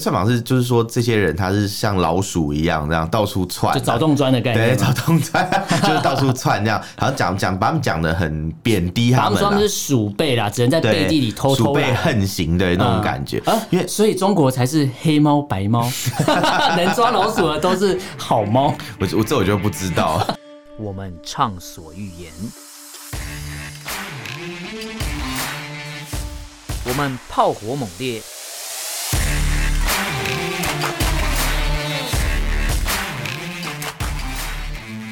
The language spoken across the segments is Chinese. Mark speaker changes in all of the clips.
Speaker 1: 算法是就是说这些人他是像老鼠一样这样到处窜
Speaker 2: 就
Speaker 1: 啊、
Speaker 2: 找洞钻的概
Speaker 1: 对，
Speaker 2: 念嘛，
Speaker 1: 找洞钻， 就是到处窜这样，然后讲讲把他们讲的很贬低
Speaker 2: 他
Speaker 1: 他
Speaker 2: 们
Speaker 1: 们、
Speaker 2: 说
Speaker 1: 啊，
Speaker 2: 他们是鼠辈啦，只能在
Speaker 1: 对
Speaker 2: 背地里偷
Speaker 1: 鼠
Speaker 2: 偷
Speaker 1: 辈
Speaker 2: 啦。
Speaker 1: 横行的那种感觉，
Speaker 2: 啊，
Speaker 1: 因为
Speaker 2: 所以中国才是黑猫白猫， 能抓老鼠的都是好猫。
Speaker 1: 我我这我就不知道。
Speaker 3: 我们畅所欲言；我们炮火猛烈；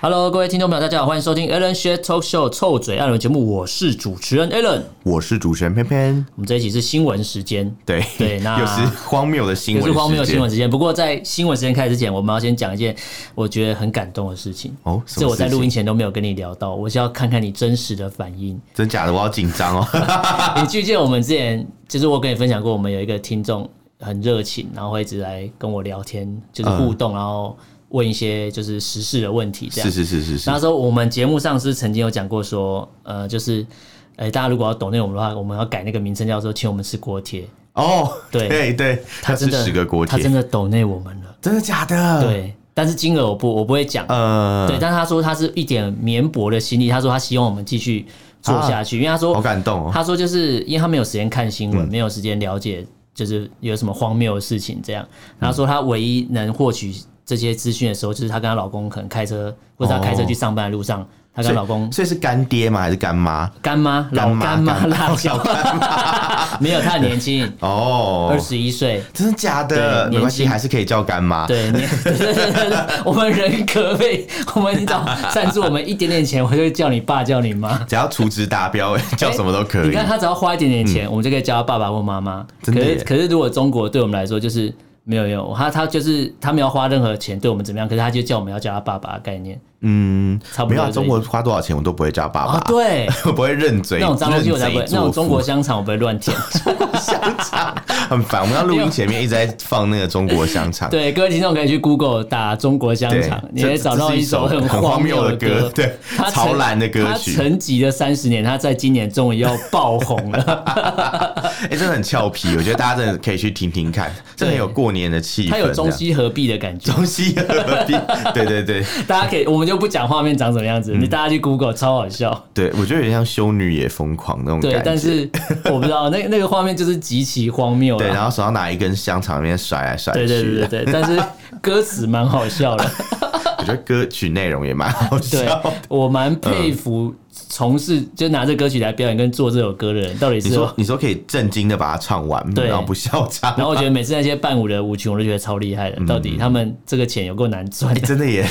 Speaker 2: Hello，各位听众朋友，大家好，欢迎收听 Alan s h a r Talk Show 臭嘴艾伦节目，我是主持人 Alan。
Speaker 1: 我是主持人偏偏，
Speaker 2: 我们这一集是新闻时间，
Speaker 1: 对
Speaker 2: 对那
Speaker 1: 又是荒谬的新
Speaker 2: 也
Speaker 1: 闻，
Speaker 2: 是荒谬新闻时间。不过在新闻时间开始之前，我们要先讲一件我觉得很感动的事情。
Speaker 1: 哦什么
Speaker 2: 这我在
Speaker 1: 事情
Speaker 2: 录音前都没有跟你聊到，我是要看看你真实的反 应。
Speaker 1: 真假的我好紧张哦。
Speaker 2: 你记不记得我们之前，就是我跟你分享过，我们有一个听众很热情，然后会一直来跟我聊天，就是
Speaker 1: 嗯
Speaker 2: 互动，然后问一些就是时事的问题 这样。
Speaker 1: 是是是是是
Speaker 2: 那，时候我们节目上是曾经有讲过说，呃，就是，呃，大家如果要懂那我们的话，我们要改那个名称叫做“请我们吃锅贴
Speaker 1: 哦，
Speaker 2: 对
Speaker 1: 对对，”。
Speaker 2: 他真
Speaker 1: 是
Speaker 2: 的
Speaker 1: 十个嗯国
Speaker 2: 他真
Speaker 1: 铁，
Speaker 2: 的懂内我们了。
Speaker 1: 真的假的？，
Speaker 2: 对，但是金额我不我不会讲。
Speaker 1: 呃，
Speaker 2: 对，但是他说他是一点绵薄的心力，他说他希望我们继续做下去，因为他
Speaker 1: 嗯
Speaker 2: 说
Speaker 1: 好嗯感动哦。
Speaker 2: 他说就是因为他没有时间看新闻，没有时间了解，就是有什么荒谬的事情这样。然后说他唯一能获取这些资讯的时候，就是她跟她老公可能开车，或者她开车去上班的路上，她
Speaker 1: 哦所
Speaker 2: 跟
Speaker 1: 以
Speaker 2: 老公
Speaker 1: 所以是干爹吗？还是干妈？
Speaker 2: 干妈、老
Speaker 1: 干妈
Speaker 2: 干妈
Speaker 1: 干妈
Speaker 2: 辣椒，没有，她很年轻，
Speaker 1: 哦，
Speaker 2: 二十一岁。
Speaker 1: 真的假的？
Speaker 2: 对
Speaker 1: 没关系，
Speaker 2: 年轻
Speaker 1: 还是可以叫干妈。
Speaker 2: 对，年对对对对对，我们人格被我们你找赞助我们一点点钱，我就会叫你爸叫你妈。
Speaker 1: 只要厨值达标， 叫什么都可
Speaker 2: 你
Speaker 1: 以。
Speaker 2: 看他只要花一点点钱，我们就可以叫他爸爸或妈妈。
Speaker 1: 真
Speaker 2: 可
Speaker 1: 的
Speaker 2: 是
Speaker 1: 耶
Speaker 2: 可是如果中国对我们来说就是没有用，他他就是他没有花任何钱对我们怎么样，可是他就叫我们要叫他爸爸的概念
Speaker 1: 嗯，
Speaker 2: 差不
Speaker 1: 没
Speaker 2: 多
Speaker 1: 有啊
Speaker 2: 就是这
Speaker 1: 中
Speaker 2: 样。
Speaker 1: 国花多少钱，我都不会叫爸爸
Speaker 2: 啊，，对。
Speaker 1: 我不会认嘴。
Speaker 2: 那种脏东西我才不会
Speaker 1: 认，贼
Speaker 2: 那
Speaker 1: 作
Speaker 2: 种
Speaker 1: 父
Speaker 2: 中国香肠我不会乱舔。
Speaker 1: 很烦。我们要录音前面一直在放那个中国香肠，
Speaker 2: 对，各位听众可以去 Google 打“中国香
Speaker 1: 对，
Speaker 2: 肠
Speaker 1: 这”，
Speaker 2: 你会找到
Speaker 1: 这是
Speaker 2: 一
Speaker 1: 一
Speaker 2: 首
Speaker 1: 很
Speaker 2: 荒
Speaker 1: 荒谬
Speaker 2: 的
Speaker 1: 歌，对，
Speaker 2: 他
Speaker 1: 潮蓝的歌曲
Speaker 2: 他，沉寂了三十年，他在今年终于要爆红 了。
Speaker 1: 哎，真的很俏皮。我觉得大家真的可以去听听 看，这很有过年的气氛。
Speaker 2: 他有中
Speaker 1: 这样
Speaker 2: 西合璧的感觉。
Speaker 1: 中西合璧，对对对
Speaker 2: 大家可以，我们就不讲画面长什么样
Speaker 1: 嗯
Speaker 2: 子，你大家去 Google 超好笑。
Speaker 1: 对，我觉得有点像修女也疯狂那种
Speaker 2: 对
Speaker 1: 感，觉。
Speaker 2: 但是 我不知道那那个画面就是极其荒谬
Speaker 1: 对，然
Speaker 2: 了。
Speaker 1: 后手上拿一根香肠，那边甩来甩去。
Speaker 2: 对对对对对，但是歌词蛮好笑 的。
Speaker 1: 我觉得歌曲内容也蛮好
Speaker 2: 对
Speaker 1: 笑。，嗯
Speaker 2: 我蛮佩服从事就拿这歌曲来表演跟做这首歌的人，到底
Speaker 1: 你
Speaker 2: 是有。哦
Speaker 1: 说你说可以震惊的把它唱完，
Speaker 2: 对
Speaker 1: 然后不笑场，
Speaker 2: 然后我觉得每次那些伴舞的舞群，我都觉得超厉害
Speaker 1: 嗯
Speaker 2: 的。到底他们这个钱有够难赚
Speaker 1: 哎、
Speaker 2: 的？
Speaker 1: 真的耶！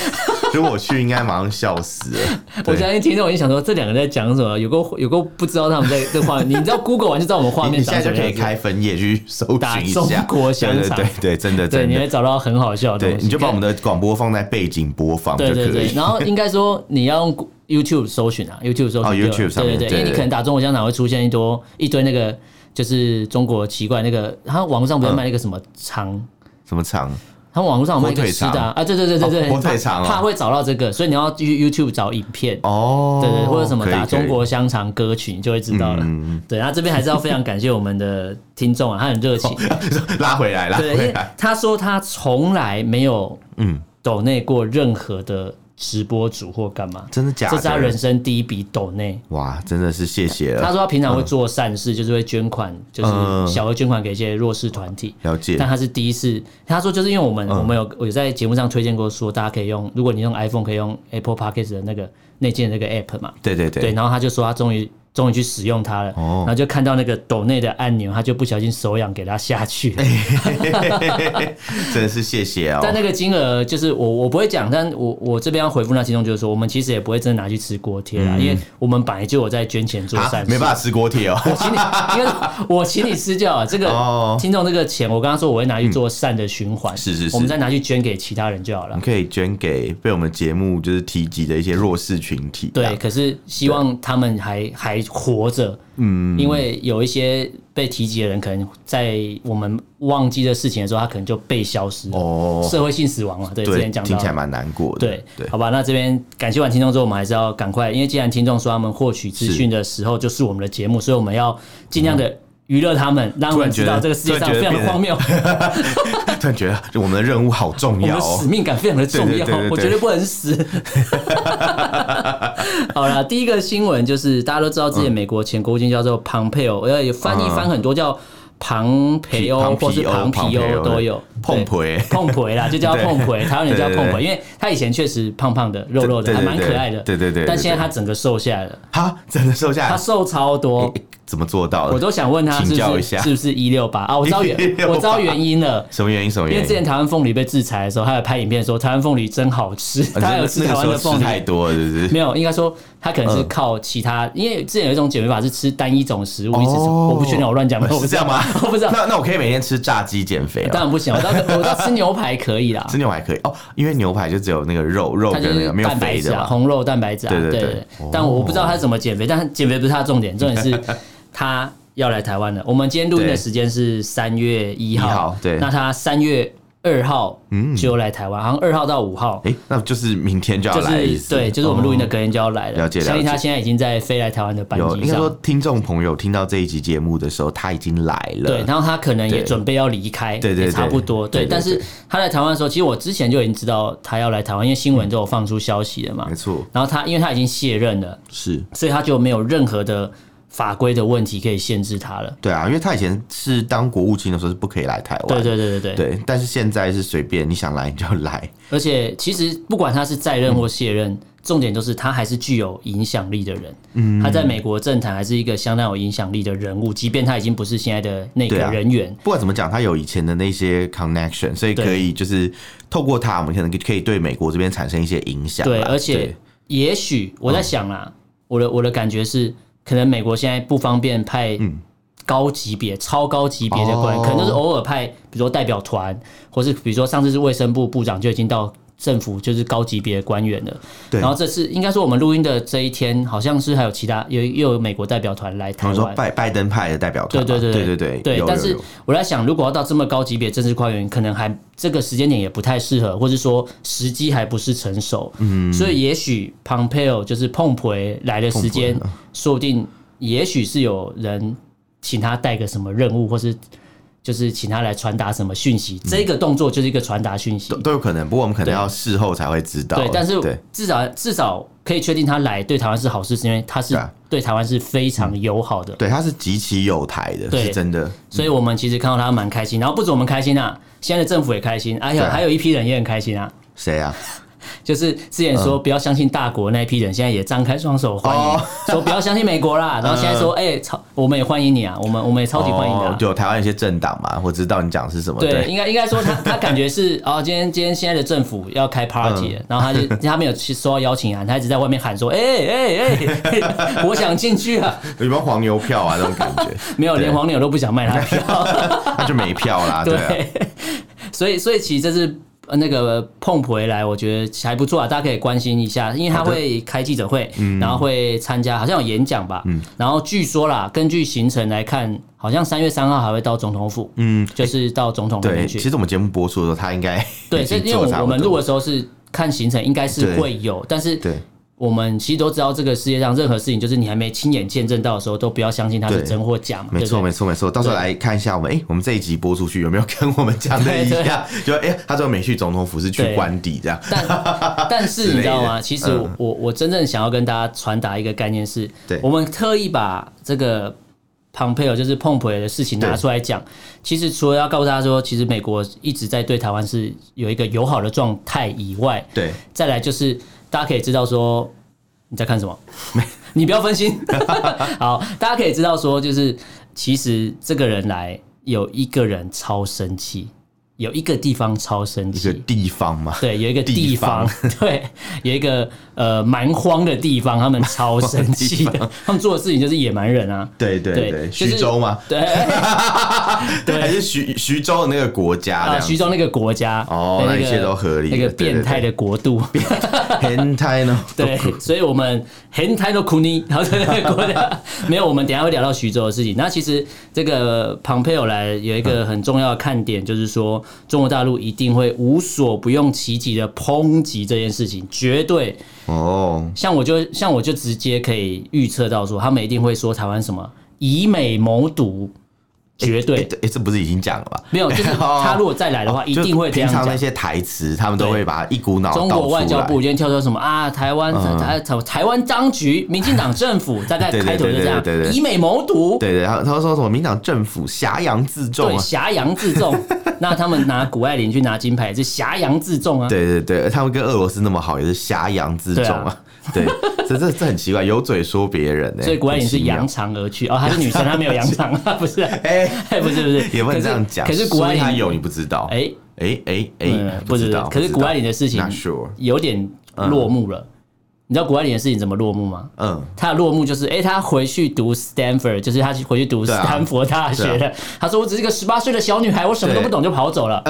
Speaker 1: 如果我去，应该马上笑死了。
Speaker 2: 我
Speaker 1: 对
Speaker 2: 相信听众已经想说，这两个在讲什么？有够有够不知道他们在这画面。你知道 Google 完就知道我们画
Speaker 1: 你
Speaker 2: 面
Speaker 1: 你现
Speaker 2: 长
Speaker 1: 在就
Speaker 2: 什么
Speaker 1: 可
Speaker 2: 样
Speaker 1: 以
Speaker 2: 子。
Speaker 1: 开分页去搜
Speaker 2: 打
Speaker 1: 寻一下
Speaker 2: 中国香
Speaker 1: 对对
Speaker 2: 肠
Speaker 1: 对对，真的
Speaker 2: 对，
Speaker 1: 真
Speaker 2: 你
Speaker 1: 的
Speaker 2: 会。找到很好笑的东
Speaker 1: 对，
Speaker 2: 西。
Speaker 1: 你就把我们的广播放在背景播放就
Speaker 2: 对
Speaker 1: 可
Speaker 2: 对对，
Speaker 1: 以。
Speaker 2: 然后应该说你要用 YouTube 搜寻啊，YouTube 搜寻就、
Speaker 1: 哦，YouTube 上
Speaker 2: 对
Speaker 1: 面
Speaker 2: 对
Speaker 1: 对
Speaker 2: 对，因
Speaker 1: 对
Speaker 2: 为你可能打中国香肠会出现一多一堆那个就是中国奇怪那个，他网络上
Speaker 1: 嗯
Speaker 2: 不是卖那个什么肠。
Speaker 1: 什么肠？
Speaker 2: 他网络上有卖一个
Speaker 1: 火腿
Speaker 2: 吃的啊
Speaker 1: 肠
Speaker 2: 啊，对对对对对，
Speaker 1: 哦火腿肠啊
Speaker 2: 怕怕会找到这个，所以你要去 YouTube 找影片，
Speaker 1: 哦，
Speaker 2: 对对，或者什么
Speaker 1: 可以嗯
Speaker 2: 打中。
Speaker 1: 可以
Speaker 2: 国香肠歌曲，你就会知道了。对，然后这边还是要非常感谢我们的听众啊，他很 热情，
Speaker 1: 拉回来，拉
Speaker 2: 对，因
Speaker 1: 回
Speaker 2: 为
Speaker 1: 来。
Speaker 2: 他说他从来没有嗯抖内过任何的直播主或干嘛，
Speaker 1: 真的假的
Speaker 2: 这是他人生第一笔抖内。
Speaker 1: 哇，真的是谢谢
Speaker 2: 他
Speaker 1: 了。
Speaker 2: 说他平常会做善事，就是会捐款，就是小额捐款给一些弱势团体。
Speaker 1: 嗯了解嗯
Speaker 2: 但他是第一次，他说就是因为我们、我们有我有在节目上推荐过，说大家可以用，如果你用 iPhone 可以用 Apple Podcast 的那个内建的那个 App 嘛。
Speaker 1: 对对
Speaker 2: 对，
Speaker 1: 对，
Speaker 2: 然后他就说他终于终于去使用它了，
Speaker 1: 哦
Speaker 2: 然后就看到那个抖内的按钮，他就不小心手痒给他下去
Speaker 1: 哦
Speaker 2: 了。
Speaker 1: 真的是谢谢哦。
Speaker 2: 但那个金额就是我我不会讲，但我我这边要回复那听众就是说，我们其实也不会真的拿去吃锅贴啦，因为我们本来就有在捐钱做
Speaker 1: 嗯啊
Speaker 2: 善，事。
Speaker 1: 没办法吃锅贴 哦。
Speaker 2: 我请你，因为我请你吃就好。这个
Speaker 1: 哦嗯
Speaker 2: 听众这个钱，我刚刚说我会拿去做善的循环，
Speaker 1: 是是是
Speaker 2: 我们再拿去捐给其他人就好
Speaker 1: 我
Speaker 2: 了
Speaker 1: 们。可以捐给被我们节目就是提及的一些弱势群体。
Speaker 2: 对，可是希望他们还还活着。嗯，因为有一些被提及的人，可能在我们忘记的事情的时候，他可能就被消失了
Speaker 1: 哦
Speaker 2: 社会性死亡嘛。对，之
Speaker 1: 对，
Speaker 2: 前讲
Speaker 1: 听
Speaker 2: 到
Speaker 1: 起来蛮难过的。
Speaker 2: 对
Speaker 1: 对
Speaker 2: 好，吧，那这边感谢完听众之后，我们还是要赶快，因为既然听众说他们获取资讯的时候就是我们的节目，所以我们要尽量的娱乐他们，让他们知道这个世界上
Speaker 1: 突然觉得
Speaker 2: 非常的荒谬，
Speaker 1: 突然觉得我们的任务好重
Speaker 2: 我们
Speaker 1: 要
Speaker 2: 的
Speaker 1: 哦
Speaker 2: 使。命感非常的重
Speaker 1: 对
Speaker 2: 要
Speaker 1: 对对对，对
Speaker 2: 我绝对不能死。 好啦，第一个新闻就是大家都知道，之前美国前国务卿叫做庞佩欧，呃，也翻译翻很多叫庞培欧
Speaker 1: 庞
Speaker 2: 或是
Speaker 1: 皮欧
Speaker 2: 庞皮
Speaker 1: 嗯庞培
Speaker 2: 欧
Speaker 1: 欧
Speaker 2: 都有，
Speaker 1: 碰
Speaker 2: 对
Speaker 1: 培
Speaker 2: 碰培啦，就叫
Speaker 1: 对
Speaker 2: 碰培，台湾人叫碰培，因为他以前确实胖胖的、肉肉的，
Speaker 1: 对对
Speaker 2: 还蛮
Speaker 1: 对
Speaker 2: 可爱的。
Speaker 1: 对对对对啊
Speaker 2: 但现在他整个瘦下来了，
Speaker 1: 哈，真的瘦下
Speaker 2: 他
Speaker 1: 来，
Speaker 2: 瘦 超多，
Speaker 1: 怎么做到的？
Speaker 2: 我都想问他是
Speaker 1: 请教
Speaker 2: 不
Speaker 1: 一
Speaker 2: 是
Speaker 1: 下
Speaker 2: 是不是一六八啊？我 知道原
Speaker 1: 168
Speaker 2: 我知道原因了。
Speaker 1: 什么原因？什么
Speaker 2: 因
Speaker 1: 原
Speaker 2: 为
Speaker 1: 因
Speaker 2: 之？前台湾凤梨被制裁的时候，他有拍影片说台湾凤梨真好吃，
Speaker 1: 啊
Speaker 2: 他有吃
Speaker 1: 那
Speaker 2: 台
Speaker 1: 个时
Speaker 2: 湾
Speaker 1: 候
Speaker 2: 的凤
Speaker 1: 吃
Speaker 2: 梨，
Speaker 1: 太多了，是不是？
Speaker 2: 没有，应该说他可能是靠其他，因为之前有一种减肥法是吃单一种食物，一直吃，
Speaker 1: 哦
Speaker 2: 我不确定我乱讲的，我不
Speaker 1: 是
Speaker 2: 知
Speaker 1: 这
Speaker 2: 道
Speaker 1: 样吗
Speaker 2: ？我 不知道，
Speaker 1: 那那我可以每天吃炸鸡减肥
Speaker 2: 当
Speaker 1: 哦。
Speaker 2: 然不行，我到我到吃牛排 可以啦，
Speaker 1: 吃牛排可以哦，因为牛排就只有那个肉肉
Speaker 2: 它就
Speaker 1: 跟那
Speaker 2: 是
Speaker 1: 个没有
Speaker 2: 蛋白
Speaker 1: 肥
Speaker 2: 质
Speaker 1: 的
Speaker 2: 啊，
Speaker 1: 嘛。
Speaker 2: 红肉蛋白质啊，
Speaker 1: 对对对哦
Speaker 2: 但我不知道他怎么减肥，但减肥不是他的重点，重点是他要来台湾了。我们今天录音的
Speaker 1: 对
Speaker 2: 时间是三月一
Speaker 1: 一
Speaker 2: 号
Speaker 1: 号，对嗯
Speaker 2: 那他三月二号就来台湾，好像二号到五号。
Speaker 1: 哎，那就是明天就要
Speaker 2: 就
Speaker 1: 来的意
Speaker 2: 是
Speaker 1: 思，
Speaker 2: 对，就是我们录音的
Speaker 1: 哦
Speaker 2: 隔天就要来了，
Speaker 1: 了解了解
Speaker 2: 相信他现在已经在飞来台湾的班
Speaker 1: 有，
Speaker 2: 机
Speaker 1: 应该说
Speaker 2: 上，
Speaker 1: 听众朋友听到这一集节目的时候，他已经来了。
Speaker 2: 对，然后他可能也
Speaker 1: 呃对
Speaker 2: 准备要离开，
Speaker 1: 对对
Speaker 2: 也
Speaker 1: 对
Speaker 2: 差不多，对。
Speaker 1: 对对
Speaker 2: 但是
Speaker 1: 对
Speaker 2: 他来台湾的时候，其实我之前就已经知道他要来台湾，因为新闻都有放出消息了嘛
Speaker 1: 没。错，
Speaker 2: 然后他因为他已经卸任了，
Speaker 1: 是
Speaker 2: 所以他就没有任何的法规的问题可以限制他了。
Speaker 1: 对啊，因为他以前是当国务卿的时候是不可以来台湾，
Speaker 2: 对对对对对，
Speaker 1: 对但是现在是随便你想来你就来，
Speaker 2: 而且其实不管他是在任或卸任，重点就是他还是具有影响力的人。嗯，他在美国政坛还是一个相当有影响力的人物，即便他已经不是现在的内阁
Speaker 1: 对啊
Speaker 2: 人员，
Speaker 1: 不管怎么讲，他有以前的那些 connection，所以
Speaker 2: 对
Speaker 1: 可以就是透过他，我们可能可以对美国这边产生一些影响啦。
Speaker 2: 对，而且
Speaker 1: 对
Speaker 2: 也许我在想
Speaker 1: 嗯
Speaker 2: 啦，我的我的感觉是，可能美国现在不方便派高级别、超高级别的官员，
Speaker 1: 嗯哦
Speaker 2: 可能就是偶尔派，比如说代表团，或是比如说上次是卫生部部长就已经到。政府就是高级别的官员了，
Speaker 1: 对
Speaker 2: 然后这次应该说我们录音的这一天，好像是还有其他有又有美国代表团来
Speaker 1: 他
Speaker 2: 台
Speaker 1: 们说
Speaker 2: 湾，
Speaker 1: 拜拜登派的代表团
Speaker 2: 对
Speaker 1: 嘛，
Speaker 2: 对对
Speaker 1: 对
Speaker 2: 对
Speaker 1: 对
Speaker 2: 对
Speaker 1: 有，
Speaker 2: 但
Speaker 1: 有
Speaker 2: 是
Speaker 1: 有
Speaker 2: 我在想，如果要到这么高级别政治官员，可能还这个时间点也不太适合，或是说时机还不是成熟。嗯，所以也许 Pompeo 就是碰培来的时间
Speaker 1: 蓬佩，
Speaker 2: 说不定也许是有人请他带个什么任务，或是就是请他来传达什么讯息。
Speaker 1: 嗯
Speaker 2: 这个动作就是一个传达讯息
Speaker 1: 都。都有可能，不过我们可
Speaker 2: 对
Speaker 1: 能要事后才会知道。
Speaker 2: 对，但
Speaker 1: 哦对
Speaker 2: 是至少至少可以确定他来对台湾是好事，是因为他是
Speaker 1: 对啊
Speaker 2: 对台湾是非常友好的。
Speaker 1: 对，他是极其有台的，
Speaker 2: 对
Speaker 1: 是真的。
Speaker 2: 所以我们其实看到他蛮开心，然后不止我们开心啊，现在的政府也开心，还有、
Speaker 1: 对啊
Speaker 2: 还有一批人也很开心啊，
Speaker 1: 谁啊？
Speaker 2: 就是之前说不要相信大国那一批人，现在也张开双手欢迎，
Speaker 1: 嗯哦 嗯
Speaker 2: 说不要相信美国啦， 然后现在说哎、超我们也欢迎你啊，我们我们也超级欢迎的、啊
Speaker 1: 哦，就台湾有些政党嘛，我知道你讲的是什么。
Speaker 2: 对，应该应该说他他感觉是哦，今天今天现在的政府要开 party，、了，然
Speaker 1: 嗯
Speaker 2: 后他就他没有去收到邀请函，他一直在外面喊说，哎哎哎， 我想进去啊，
Speaker 1: 有没有黄牛票啊？那种感觉，
Speaker 2: 没有
Speaker 1: 对
Speaker 2: 连黄牛都不想卖他票。
Speaker 1: 那就没票 啦。对啊，
Speaker 2: 对，所以所以其实这次呃那个碰回来，我觉得还不错啊，大家可以关心一下，因为他
Speaker 1: 好的嗯
Speaker 2: 会开记者会，然后会参加好像有演讲吧，然后据说啦，根据行程来看，好像三月三号还会到总统府，嗯，就是到总统那边
Speaker 1: 对，其
Speaker 2: 去，
Speaker 1: 实我们节目播出的时候，他应该
Speaker 2: 对，
Speaker 1: 已
Speaker 2: 所
Speaker 1: 经
Speaker 2: 以因为
Speaker 1: 做差不
Speaker 2: 我我们
Speaker 1: 多
Speaker 2: 录的时候是看行程，应该是
Speaker 1: 对
Speaker 2: 会有，但是
Speaker 1: 对
Speaker 2: 我们其实都知道，这个世界上任何事情，就是你还没亲眼见证到的时候，都不要相信它是
Speaker 1: 对
Speaker 2: 真或假嘛，
Speaker 1: 没
Speaker 2: 对不
Speaker 1: 错，
Speaker 2: 对
Speaker 1: 没错，没错。到时候
Speaker 2: 对
Speaker 1: 来看一下我们，哎、我们这一集播出去有没有跟我们讲的一样？就哎、他说美去总统府是
Speaker 2: 对
Speaker 1: 去官邸这样，
Speaker 2: 但但是你知道吗？其实我、
Speaker 1: 嗯
Speaker 2: 我我真正想要跟大家传达一个概念是，
Speaker 1: 对
Speaker 2: 我们特意把这个庞佩尔就是碰佩尔的事情拿
Speaker 1: 对
Speaker 2: 出来讲。其实除了要告诉大家说，其实美国一直在对台湾是有一个友好的状态以外，
Speaker 1: 对，
Speaker 2: 再来就是大家可以知道说你在看什么， 你不要分心。好，大家可以知道说，就是其实这个人来有一个人超生气，有一个地方超生
Speaker 1: 一
Speaker 2: 气
Speaker 1: 个，地方嘛，
Speaker 2: 对，有一个地
Speaker 1: 地
Speaker 2: 方， 对，有一个呃蛮荒的地方，他们超生气的，他们做的事情就是野蛮人啊，
Speaker 1: 对对
Speaker 2: 对
Speaker 1: 对，
Speaker 2: 就是
Speaker 1: 徐州吗？
Speaker 2: 对 啊对
Speaker 1: 还是徐徐州的那个国家这
Speaker 2: 啊，
Speaker 1: 样子
Speaker 2: 徐州那个国家，
Speaker 1: 哦
Speaker 2: 对
Speaker 1: 那
Speaker 2: 那
Speaker 1: 一切
Speaker 2: 个
Speaker 1: 都合理
Speaker 2: 那个
Speaker 1: 了对
Speaker 2: 变
Speaker 1: 对
Speaker 2: 态的国度，
Speaker 1: 很胎呢？
Speaker 2: 对，所以我们很太多苦你，然后在那个国家 没有，我们等一下会聊到徐州的事情。那其实这个庞佩尔来有一个很重要的看点，就是说中国大陆一定会无所不用其极的抨击这件事情，绝对
Speaker 1: 哦，
Speaker 2: 像我就像我就直接可以预测到说，他们一定会说台湾什么以美谋独，绝对
Speaker 1: 哎、这哎这不是已经讲了吧？
Speaker 2: 没有，就是他如果再来的话，一定会
Speaker 1: 哦
Speaker 2: 这
Speaker 1: 平
Speaker 2: 样
Speaker 1: 常
Speaker 2: 讲
Speaker 1: 那。些台词，他们都会把它一股脑
Speaker 2: 中
Speaker 1: 倒
Speaker 2: 国
Speaker 1: 出
Speaker 2: 外交
Speaker 1: 来嗯
Speaker 2: 部今天跳出什么啊？台湾台台台湾当局、民进党 政府大概
Speaker 1: 对对
Speaker 2: 开头就这样
Speaker 1: 对对对，对
Speaker 2: 以美谋独，
Speaker 1: 对对，他他说什么民党政府挟洋自重
Speaker 2: 对，
Speaker 1: 啊，
Speaker 2: 挟洋 自重。那他们拿谷爱凌去拿金牌也是挟洋自重啊。
Speaker 1: 对对对，他们跟俄罗斯那么好，也是挟洋自重啊，对， 这这这很奇怪，有嘴说别人哎呢、
Speaker 2: 所以谷爱凌是
Speaker 1: 很奇妙
Speaker 2: 扬长而去哦，她是女生，她 没有扬长，不是啊，
Speaker 1: 哎、
Speaker 2: 不是不是，
Speaker 1: 也不
Speaker 2: 可
Speaker 1: 能
Speaker 2: 是
Speaker 1: 这样讲，
Speaker 2: 可是谷
Speaker 1: 说
Speaker 2: 爱
Speaker 1: 明他
Speaker 2: 凌
Speaker 1: 有你不知道，哎
Speaker 2: 哎，
Speaker 1: 哎哎哎
Speaker 2: 嗯，不知
Speaker 1: 知道
Speaker 2: 道，，可
Speaker 1: 不
Speaker 2: 是
Speaker 1: 知
Speaker 2: 谷
Speaker 1: 道
Speaker 2: 爱凌的事情
Speaker 1: Not sure
Speaker 2: 有点落幕了。你知道谷爱凌的事情怎么落幕吗？
Speaker 1: 嗯，
Speaker 2: 他的落幕就是，哎、他回去读 Stanford，就是他去回去读斯
Speaker 1: 对啊
Speaker 2: 坦福大学的。他说：“我只是个十八岁的小女孩，我什么都不懂就跑 走了。”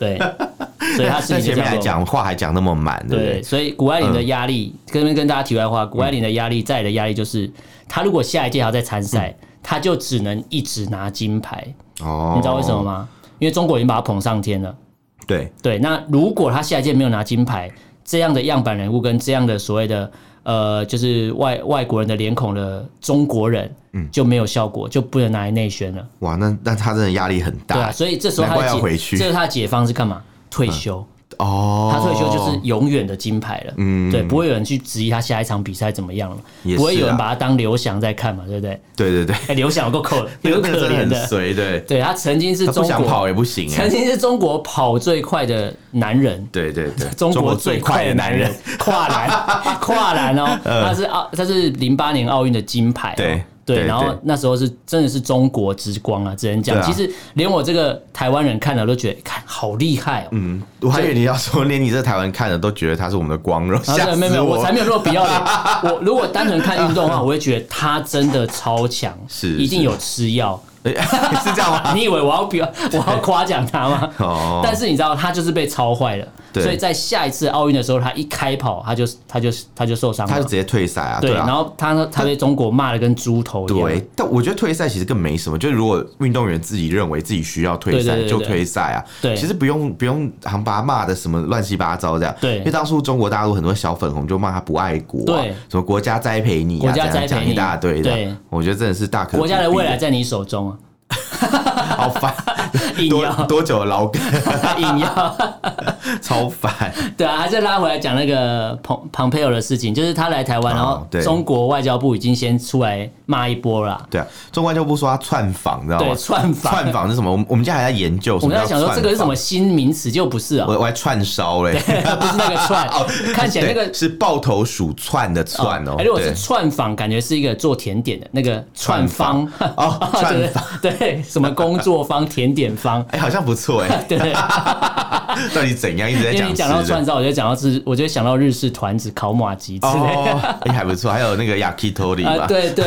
Speaker 2: 对，所以他事
Speaker 1: 在
Speaker 2: 情就
Speaker 1: 前
Speaker 2: 这
Speaker 1: 面还
Speaker 2: 样做。
Speaker 1: 讲话还讲那么满，对不
Speaker 2: 对，
Speaker 1: 对？嗯
Speaker 2: 所以谷爱凌的压力，跟跟大家题外话，谷爱凌的压力在的压力就是，他如果下一届还要再参赛，
Speaker 1: 嗯
Speaker 2: 他就只能一直拿金牌。
Speaker 1: 哦，
Speaker 2: 你知道为什么？吗？因为中国已经把他捧上天了。
Speaker 1: 对，
Speaker 2: 对，那如果他下一届没有拿金牌，这样的样板人物跟这样的所谓的呃，就是外外国人的脸孔的中国人，
Speaker 1: 嗯
Speaker 2: 就没有效果，就不能拿来内宣了。
Speaker 1: 哇，那那他真的压力很大，
Speaker 2: 对啊，所以这时候他
Speaker 1: 难怪
Speaker 2: 的
Speaker 1: 要
Speaker 2: 解，
Speaker 1: 回去
Speaker 2: 这是他的解放是干嘛？退休，
Speaker 1: 哦，
Speaker 2: 他退休就是永远的金牌了。嗯，对，不会有人去质疑他下一场比赛怎么样了，
Speaker 1: 也是啊
Speaker 2: 不会有人把他当刘翔在看嘛，对不对？
Speaker 1: 对对对，
Speaker 2: 哎，刘翔有够可
Speaker 1: 那
Speaker 2: 有
Speaker 1: 个
Speaker 2: 够
Speaker 1: 那个
Speaker 2: 可
Speaker 1: 真
Speaker 2: 怜
Speaker 1: 的很
Speaker 2: 的，
Speaker 1: 随，对，
Speaker 2: 对他曾经是
Speaker 1: 他不
Speaker 2: 中
Speaker 1: 想跑
Speaker 2: 国，
Speaker 1: 也不行
Speaker 2: 曾
Speaker 1: 哎，
Speaker 2: 经是中国跑最快的男人。
Speaker 1: 对对对，
Speaker 2: 中国最快的男人，跨栏， 跨栏 哦，他是奥，他是零八年奥运的金牌哦，
Speaker 1: 嗯对
Speaker 2: 对，
Speaker 1: 对
Speaker 2: 然后
Speaker 1: 对
Speaker 2: 那时候是真的是中国之光啊，只能讲，
Speaker 1: 对啊
Speaker 2: 其实连我这个台湾人看了都觉得，看好厉害哦。
Speaker 1: 嗯，我还以为你要说，连你这台湾看的都觉得他是我们的光荣，
Speaker 2: 然后
Speaker 1: 吓
Speaker 2: 啊对，没有没
Speaker 1: 死
Speaker 2: 有，我才没有那么不要 脸。我如果单纯看运动的话，我会觉得他真的超强，
Speaker 1: 是
Speaker 2: 一定有吃药。
Speaker 1: 哎 是这样 吗？
Speaker 2: 你以为我要表我要夸奖他吗？
Speaker 1: 哦
Speaker 2: 但是你知道他就是被超坏了，
Speaker 1: 对
Speaker 2: 所以在下一次奥运的时候，他一开跑，他就他就他就受伤了，
Speaker 1: 他就直接退赛啊，
Speaker 2: 对，
Speaker 1: 啊
Speaker 2: 然。后他他被中国骂的跟猪头一样。
Speaker 1: 对，但我觉得退赛其实更没什么，就是如果运动员自己认为自己需要退赛
Speaker 2: 对对对
Speaker 1: 就
Speaker 2: 对
Speaker 1: 退赛啊，
Speaker 2: 对
Speaker 1: 其实不用不用好像把他骂的什么乱七八糟这样，
Speaker 2: 对
Speaker 1: 因为当初中国大陆很多小粉红就骂他不爱国、啊，
Speaker 2: 对
Speaker 1: 什么国家栽培你、啊，
Speaker 2: 国家
Speaker 1: 这样
Speaker 2: 栽培
Speaker 1: 讲
Speaker 2: 你
Speaker 1: 一大堆的，
Speaker 2: 对
Speaker 1: 我觉得真的是大可
Speaker 2: 国家的
Speaker 1: 不必
Speaker 2: 未来在你手中啊！
Speaker 1: 好烦，
Speaker 2: 硬
Speaker 1: 多
Speaker 2: 要
Speaker 1: 多久的老梗，
Speaker 2: 硬要，
Speaker 1: 超烦，
Speaker 2: 对啊，还是拉回来讲那个庞庞佩尔的事情，就是他来台湾，
Speaker 1: 哦
Speaker 2: 然后
Speaker 1: 对
Speaker 2: 中国外交部已经先出来骂一波了啊，
Speaker 1: 对啊，中国外交部说他窜访，你知道吗
Speaker 2: 对，？窜访，
Speaker 1: 窜哦访是什么？我们我们家还在研究，
Speaker 2: 我们在想说这个是什
Speaker 1: 叫
Speaker 2: 么新名词，就不是
Speaker 1: 窜
Speaker 2: 啊
Speaker 1: 访，，我我还串烧嘞。
Speaker 2: 不是那个窜，看起来那个
Speaker 1: 哦对是抱头鼠窜的窜哦，
Speaker 2: 哎，如果是
Speaker 1: 对
Speaker 2: 串访，感觉是一个做甜点的那个串方
Speaker 1: 哦串
Speaker 2: 就是对什么工作方、甜点方，
Speaker 1: 哎、好像不错哎、
Speaker 2: 对对。
Speaker 1: 到底怎样一直在
Speaker 2: 因为
Speaker 1: 讲
Speaker 2: 你讲到
Speaker 1: 吃
Speaker 2: 串
Speaker 1: 的？
Speaker 2: 烧，我就讲到是，我就想到日式团子、烤马吉之类的。
Speaker 1: 哦，哎、还不错，还有那个 yakitori
Speaker 2: 啊，
Speaker 1: 吧。
Speaker 2: 对对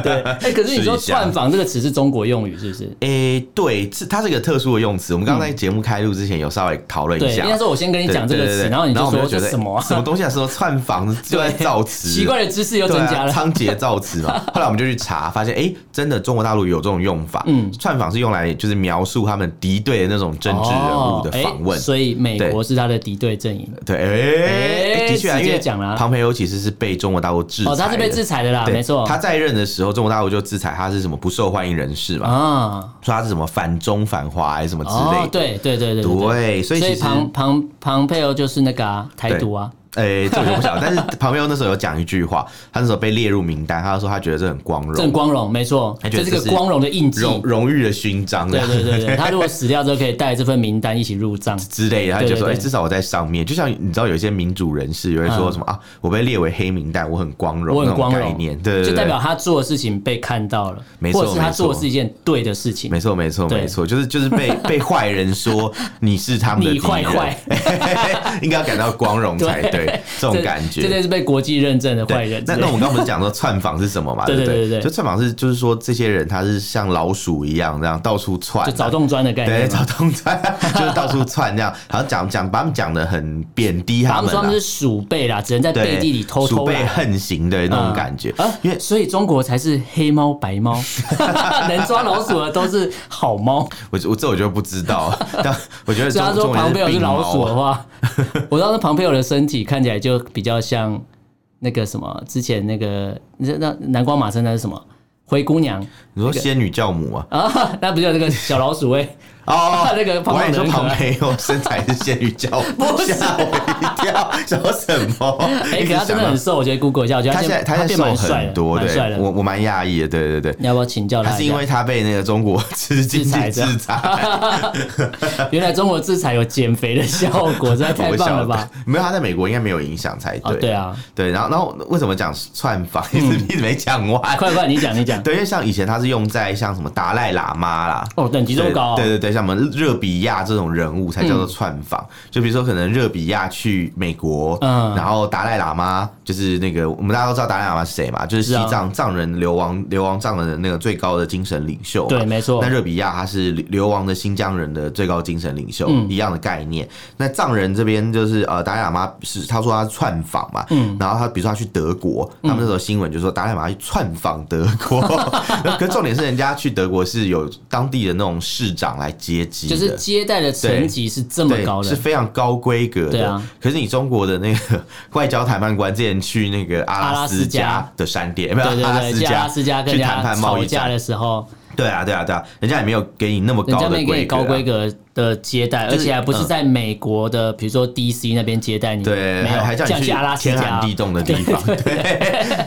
Speaker 2: 对，哎、可是你说
Speaker 1: 试一下
Speaker 2: 串访这个词是中国用语，是不是？
Speaker 1: 诶、对，是它是一个特殊的用词。我们刚刚在节目开录之前有稍微讨论一
Speaker 2: 对，
Speaker 1: 下
Speaker 2: 应，该说我先跟你
Speaker 1: 对
Speaker 2: 讲这个
Speaker 1: 对对
Speaker 2: 词，
Speaker 1: 对
Speaker 2: 然后你就
Speaker 1: 我们
Speaker 2: 说
Speaker 1: 觉
Speaker 2: 这
Speaker 1: 得
Speaker 2: 什么啊、
Speaker 1: 什么东西啊？说串房就在造词，
Speaker 2: 奇怪哦的知识又增
Speaker 1: 对
Speaker 2: 加
Speaker 1: 啊，
Speaker 2: 了。
Speaker 1: 仓颉造词 嘛。后来我们就去查，发现哎、真的中国大陆有这种用法。嗯，串访是用来就是描述他们敌对的那种政治啊人物的访
Speaker 2: 哦哎
Speaker 1: 问。
Speaker 2: 所以美国是他的敌对阵营。
Speaker 1: 对，哎、
Speaker 2: 哎
Speaker 1: 的确啊，
Speaker 2: 直
Speaker 1: 因
Speaker 2: 接
Speaker 1: 为
Speaker 2: 讲啦
Speaker 1: 庞培欧其实是被中国大陆制裁的，
Speaker 2: 哦，他是被制裁的啦，
Speaker 1: 对
Speaker 2: 没错。
Speaker 1: 他在任的时候，中国大陆就制裁他是什么不受欢迎人士嘛，
Speaker 2: 啊，
Speaker 1: 说他是什么反中反华还是什么之
Speaker 2: 哦
Speaker 1: 类，的。
Speaker 2: 对对对对对对。
Speaker 1: 对，所以
Speaker 2: 所
Speaker 1: 其
Speaker 2: 以
Speaker 1: 实
Speaker 2: 庞庞庞佩欧就是那个啊，台独啊，
Speaker 1: 诶，这我就不晓得。 但是庞培欧那时候有讲一句话，他那时候被列入名单，他说他觉得这很光
Speaker 2: 郑
Speaker 1: 荣，
Speaker 2: 光荣，没错，
Speaker 1: 他觉
Speaker 2: 这
Speaker 1: 得
Speaker 2: 是
Speaker 1: 这
Speaker 2: 个
Speaker 1: 是
Speaker 2: 光荣的印记。
Speaker 1: 荣荣誉的勋章这
Speaker 2: 对
Speaker 1: 样
Speaker 2: 对对对，他如果死掉之后，可以带这份名单一起入葬。
Speaker 1: 之类的，他就
Speaker 2: 对
Speaker 1: 说：“哎、
Speaker 2: 对对嗯
Speaker 1: 至少我在上面。”就像你知道，有一些民主人士也会说什么、啊，我被列为黑名单，我很光荣，
Speaker 2: 我很光
Speaker 1: 那种
Speaker 2: 荣
Speaker 1: 概念，对对对，
Speaker 2: 就代表他做的事情被看到了，
Speaker 1: 没错
Speaker 2: 或者是他
Speaker 1: 没错
Speaker 2: 做的是一件对的事情
Speaker 1: 没。错，没错，
Speaker 2: 对
Speaker 1: 没错，就是就是 被被坏人说你是他们的
Speaker 2: 你
Speaker 1: 敌人
Speaker 2: 坏坏，
Speaker 1: 应该要感到光荣才
Speaker 2: 对
Speaker 1: 对。对，这种感觉，
Speaker 2: 这类是被国际认证的坏
Speaker 1: 对，
Speaker 2: 人之
Speaker 1: 那
Speaker 2: 类
Speaker 1: 那
Speaker 2: 的。
Speaker 1: 我们刚刚不是讲说窜访是什 么嘛？
Speaker 2: 对
Speaker 1: 对不
Speaker 2: 对对对
Speaker 1: 就窜访是就是说这些人他是像老鼠一样这样到处窜啊，
Speaker 2: 就找洞钻的概
Speaker 1: 对，
Speaker 2: 念嘛，
Speaker 1: 找洞窜， 就是到处窜这样，然后讲讲把他们讲的很贬低他
Speaker 2: 他们
Speaker 1: 们
Speaker 2: 说他
Speaker 1: 啊
Speaker 2: 们是，鼠辈啦，只能在
Speaker 1: 对，
Speaker 2: 背地里偷偷
Speaker 1: 鼠辈
Speaker 2: 啦
Speaker 1: 横行的那种
Speaker 2: 嗯
Speaker 1: 感觉，
Speaker 2: 啊，
Speaker 1: 因为
Speaker 2: 所以中国才是黑猫白猫， 能抓老鼠的都是好猫。
Speaker 1: 我我这我就不知 道，但我觉得
Speaker 2: 所
Speaker 1: 中
Speaker 2: 以他说
Speaker 1: 中国人
Speaker 2: 庞贝尔是
Speaker 1: 病
Speaker 2: 老
Speaker 1: 猫
Speaker 2: 鼠的哦
Speaker 1: 啊
Speaker 2: 话， 我知道那庞贝尔的身体看起来就比较像那个什么，之前那个那那南瓜马身那是什么？灰姑娘
Speaker 1: 你说仙女教 母啊？
Speaker 2: 啊，那不就那个小老鼠 哎、，
Speaker 1: 哦
Speaker 2: 那个胖
Speaker 1: 我跟你
Speaker 2: 胖的
Speaker 1: 说
Speaker 2: 很可
Speaker 1: 庞
Speaker 2: 爱。
Speaker 1: 培哦，身材是仙女教母，
Speaker 2: 不是
Speaker 1: 吓我一跳，想说什么？
Speaker 2: 哎、
Speaker 1: 一
Speaker 2: 可
Speaker 1: 直
Speaker 2: 他真的
Speaker 1: 想到啊
Speaker 2: 很瘦，我觉得 Google 一下，我觉得
Speaker 1: 他现在
Speaker 2: 变
Speaker 1: 他
Speaker 2: 他
Speaker 1: 现在
Speaker 2: 变蛮
Speaker 1: 瘦
Speaker 2: 帅
Speaker 1: 很
Speaker 2: 的，
Speaker 1: 多，
Speaker 2: 蛮帅
Speaker 1: 对
Speaker 2: 的。
Speaker 1: 我我蛮讶异的，对对对。
Speaker 2: 你要不要请教
Speaker 1: 他
Speaker 2: 他
Speaker 1: 是
Speaker 2: 一下
Speaker 1: 因为他被那个中国吃经
Speaker 2: 制裁
Speaker 1: 济
Speaker 2: 这样
Speaker 1: 制裁，
Speaker 2: 原来中国制裁有减肥的效 果，实在 太
Speaker 1: 我
Speaker 2: 棒
Speaker 1: 晓
Speaker 2: 了
Speaker 1: 得
Speaker 2: 吧？？
Speaker 1: 没有，他在美国应该没有影响才
Speaker 2: 啊，
Speaker 1: 对。
Speaker 2: 对啊，嗯
Speaker 1: 对，然后然后为什么讲串访？ 一直一直没讲完。
Speaker 2: 快快，你讲你讲。
Speaker 1: 对，因为像以前他是用在像什么达赖喇嘛啦，
Speaker 2: 哦，等级这么高、哦，嗯
Speaker 1: 对对对，像我们热比亚这种人物才叫做串访。就比如说，可能热比亚去美国，
Speaker 2: 嗯
Speaker 1: 然后达赖喇嘛就是那个我们大家都知道达赖喇嘛是谁嘛，就是西
Speaker 2: 是啊
Speaker 1: 藏藏人流亡流亡藏人的那个最高的精神领袖嘛。
Speaker 2: 对没错
Speaker 1: 那热比亚他是流亡的新疆人的最高精神领袖，
Speaker 2: 嗯
Speaker 1: 一样的概念。那藏人这边就是呃，达赖喇嘛是他说他串访嘛，
Speaker 2: 嗯
Speaker 1: 然后他比如说他去德国，他们那时候新闻就说达赖喇嘛去串访德 国，可是重点是人家去德国是有当地的那种市长来接机的，
Speaker 2: 就是接待的层级是这么
Speaker 1: 对，
Speaker 2: 高
Speaker 1: 是
Speaker 2: 的，
Speaker 1: 非常高规格的。
Speaker 2: 对啊
Speaker 1: 可是你中国的那个 外交谈判官之前去那个阿拉斯
Speaker 2: 阿拉
Speaker 1: 加
Speaker 2: 斯
Speaker 1: 的山店，没有
Speaker 2: 对对
Speaker 1: 阿拉
Speaker 2: 对，
Speaker 1: 斯
Speaker 2: 去阿拉
Speaker 1: 加
Speaker 2: 斯加跟
Speaker 1: 去
Speaker 2: 人
Speaker 1: 谈
Speaker 2: 家
Speaker 1: 判贸
Speaker 2: 吵
Speaker 1: 易
Speaker 2: 架
Speaker 1: 战，
Speaker 2: 的时候，
Speaker 1: 对啊对啊对啊，人家也没有给你那么
Speaker 2: 人
Speaker 1: 高
Speaker 2: 家
Speaker 1: 的
Speaker 2: 没给
Speaker 1: 规
Speaker 2: 你高
Speaker 1: 格啊
Speaker 2: 规。格的接待，而
Speaker 1: 就是
Speaker 2: 且还不是
Speaker 1: 嗯
Speaker 2: 在美国的，比如说 DC 那边接待你，
Speaker 1: 对，
Speaker 2: 没有
Speaker 1: 还还叫
Speaker 2: 这样
Speaker 1: 你
Speaker 2: 去阿拉斯
Speaker 1: 天寒
Speaker 2: 加
Speaker 1: 地，冻的地方，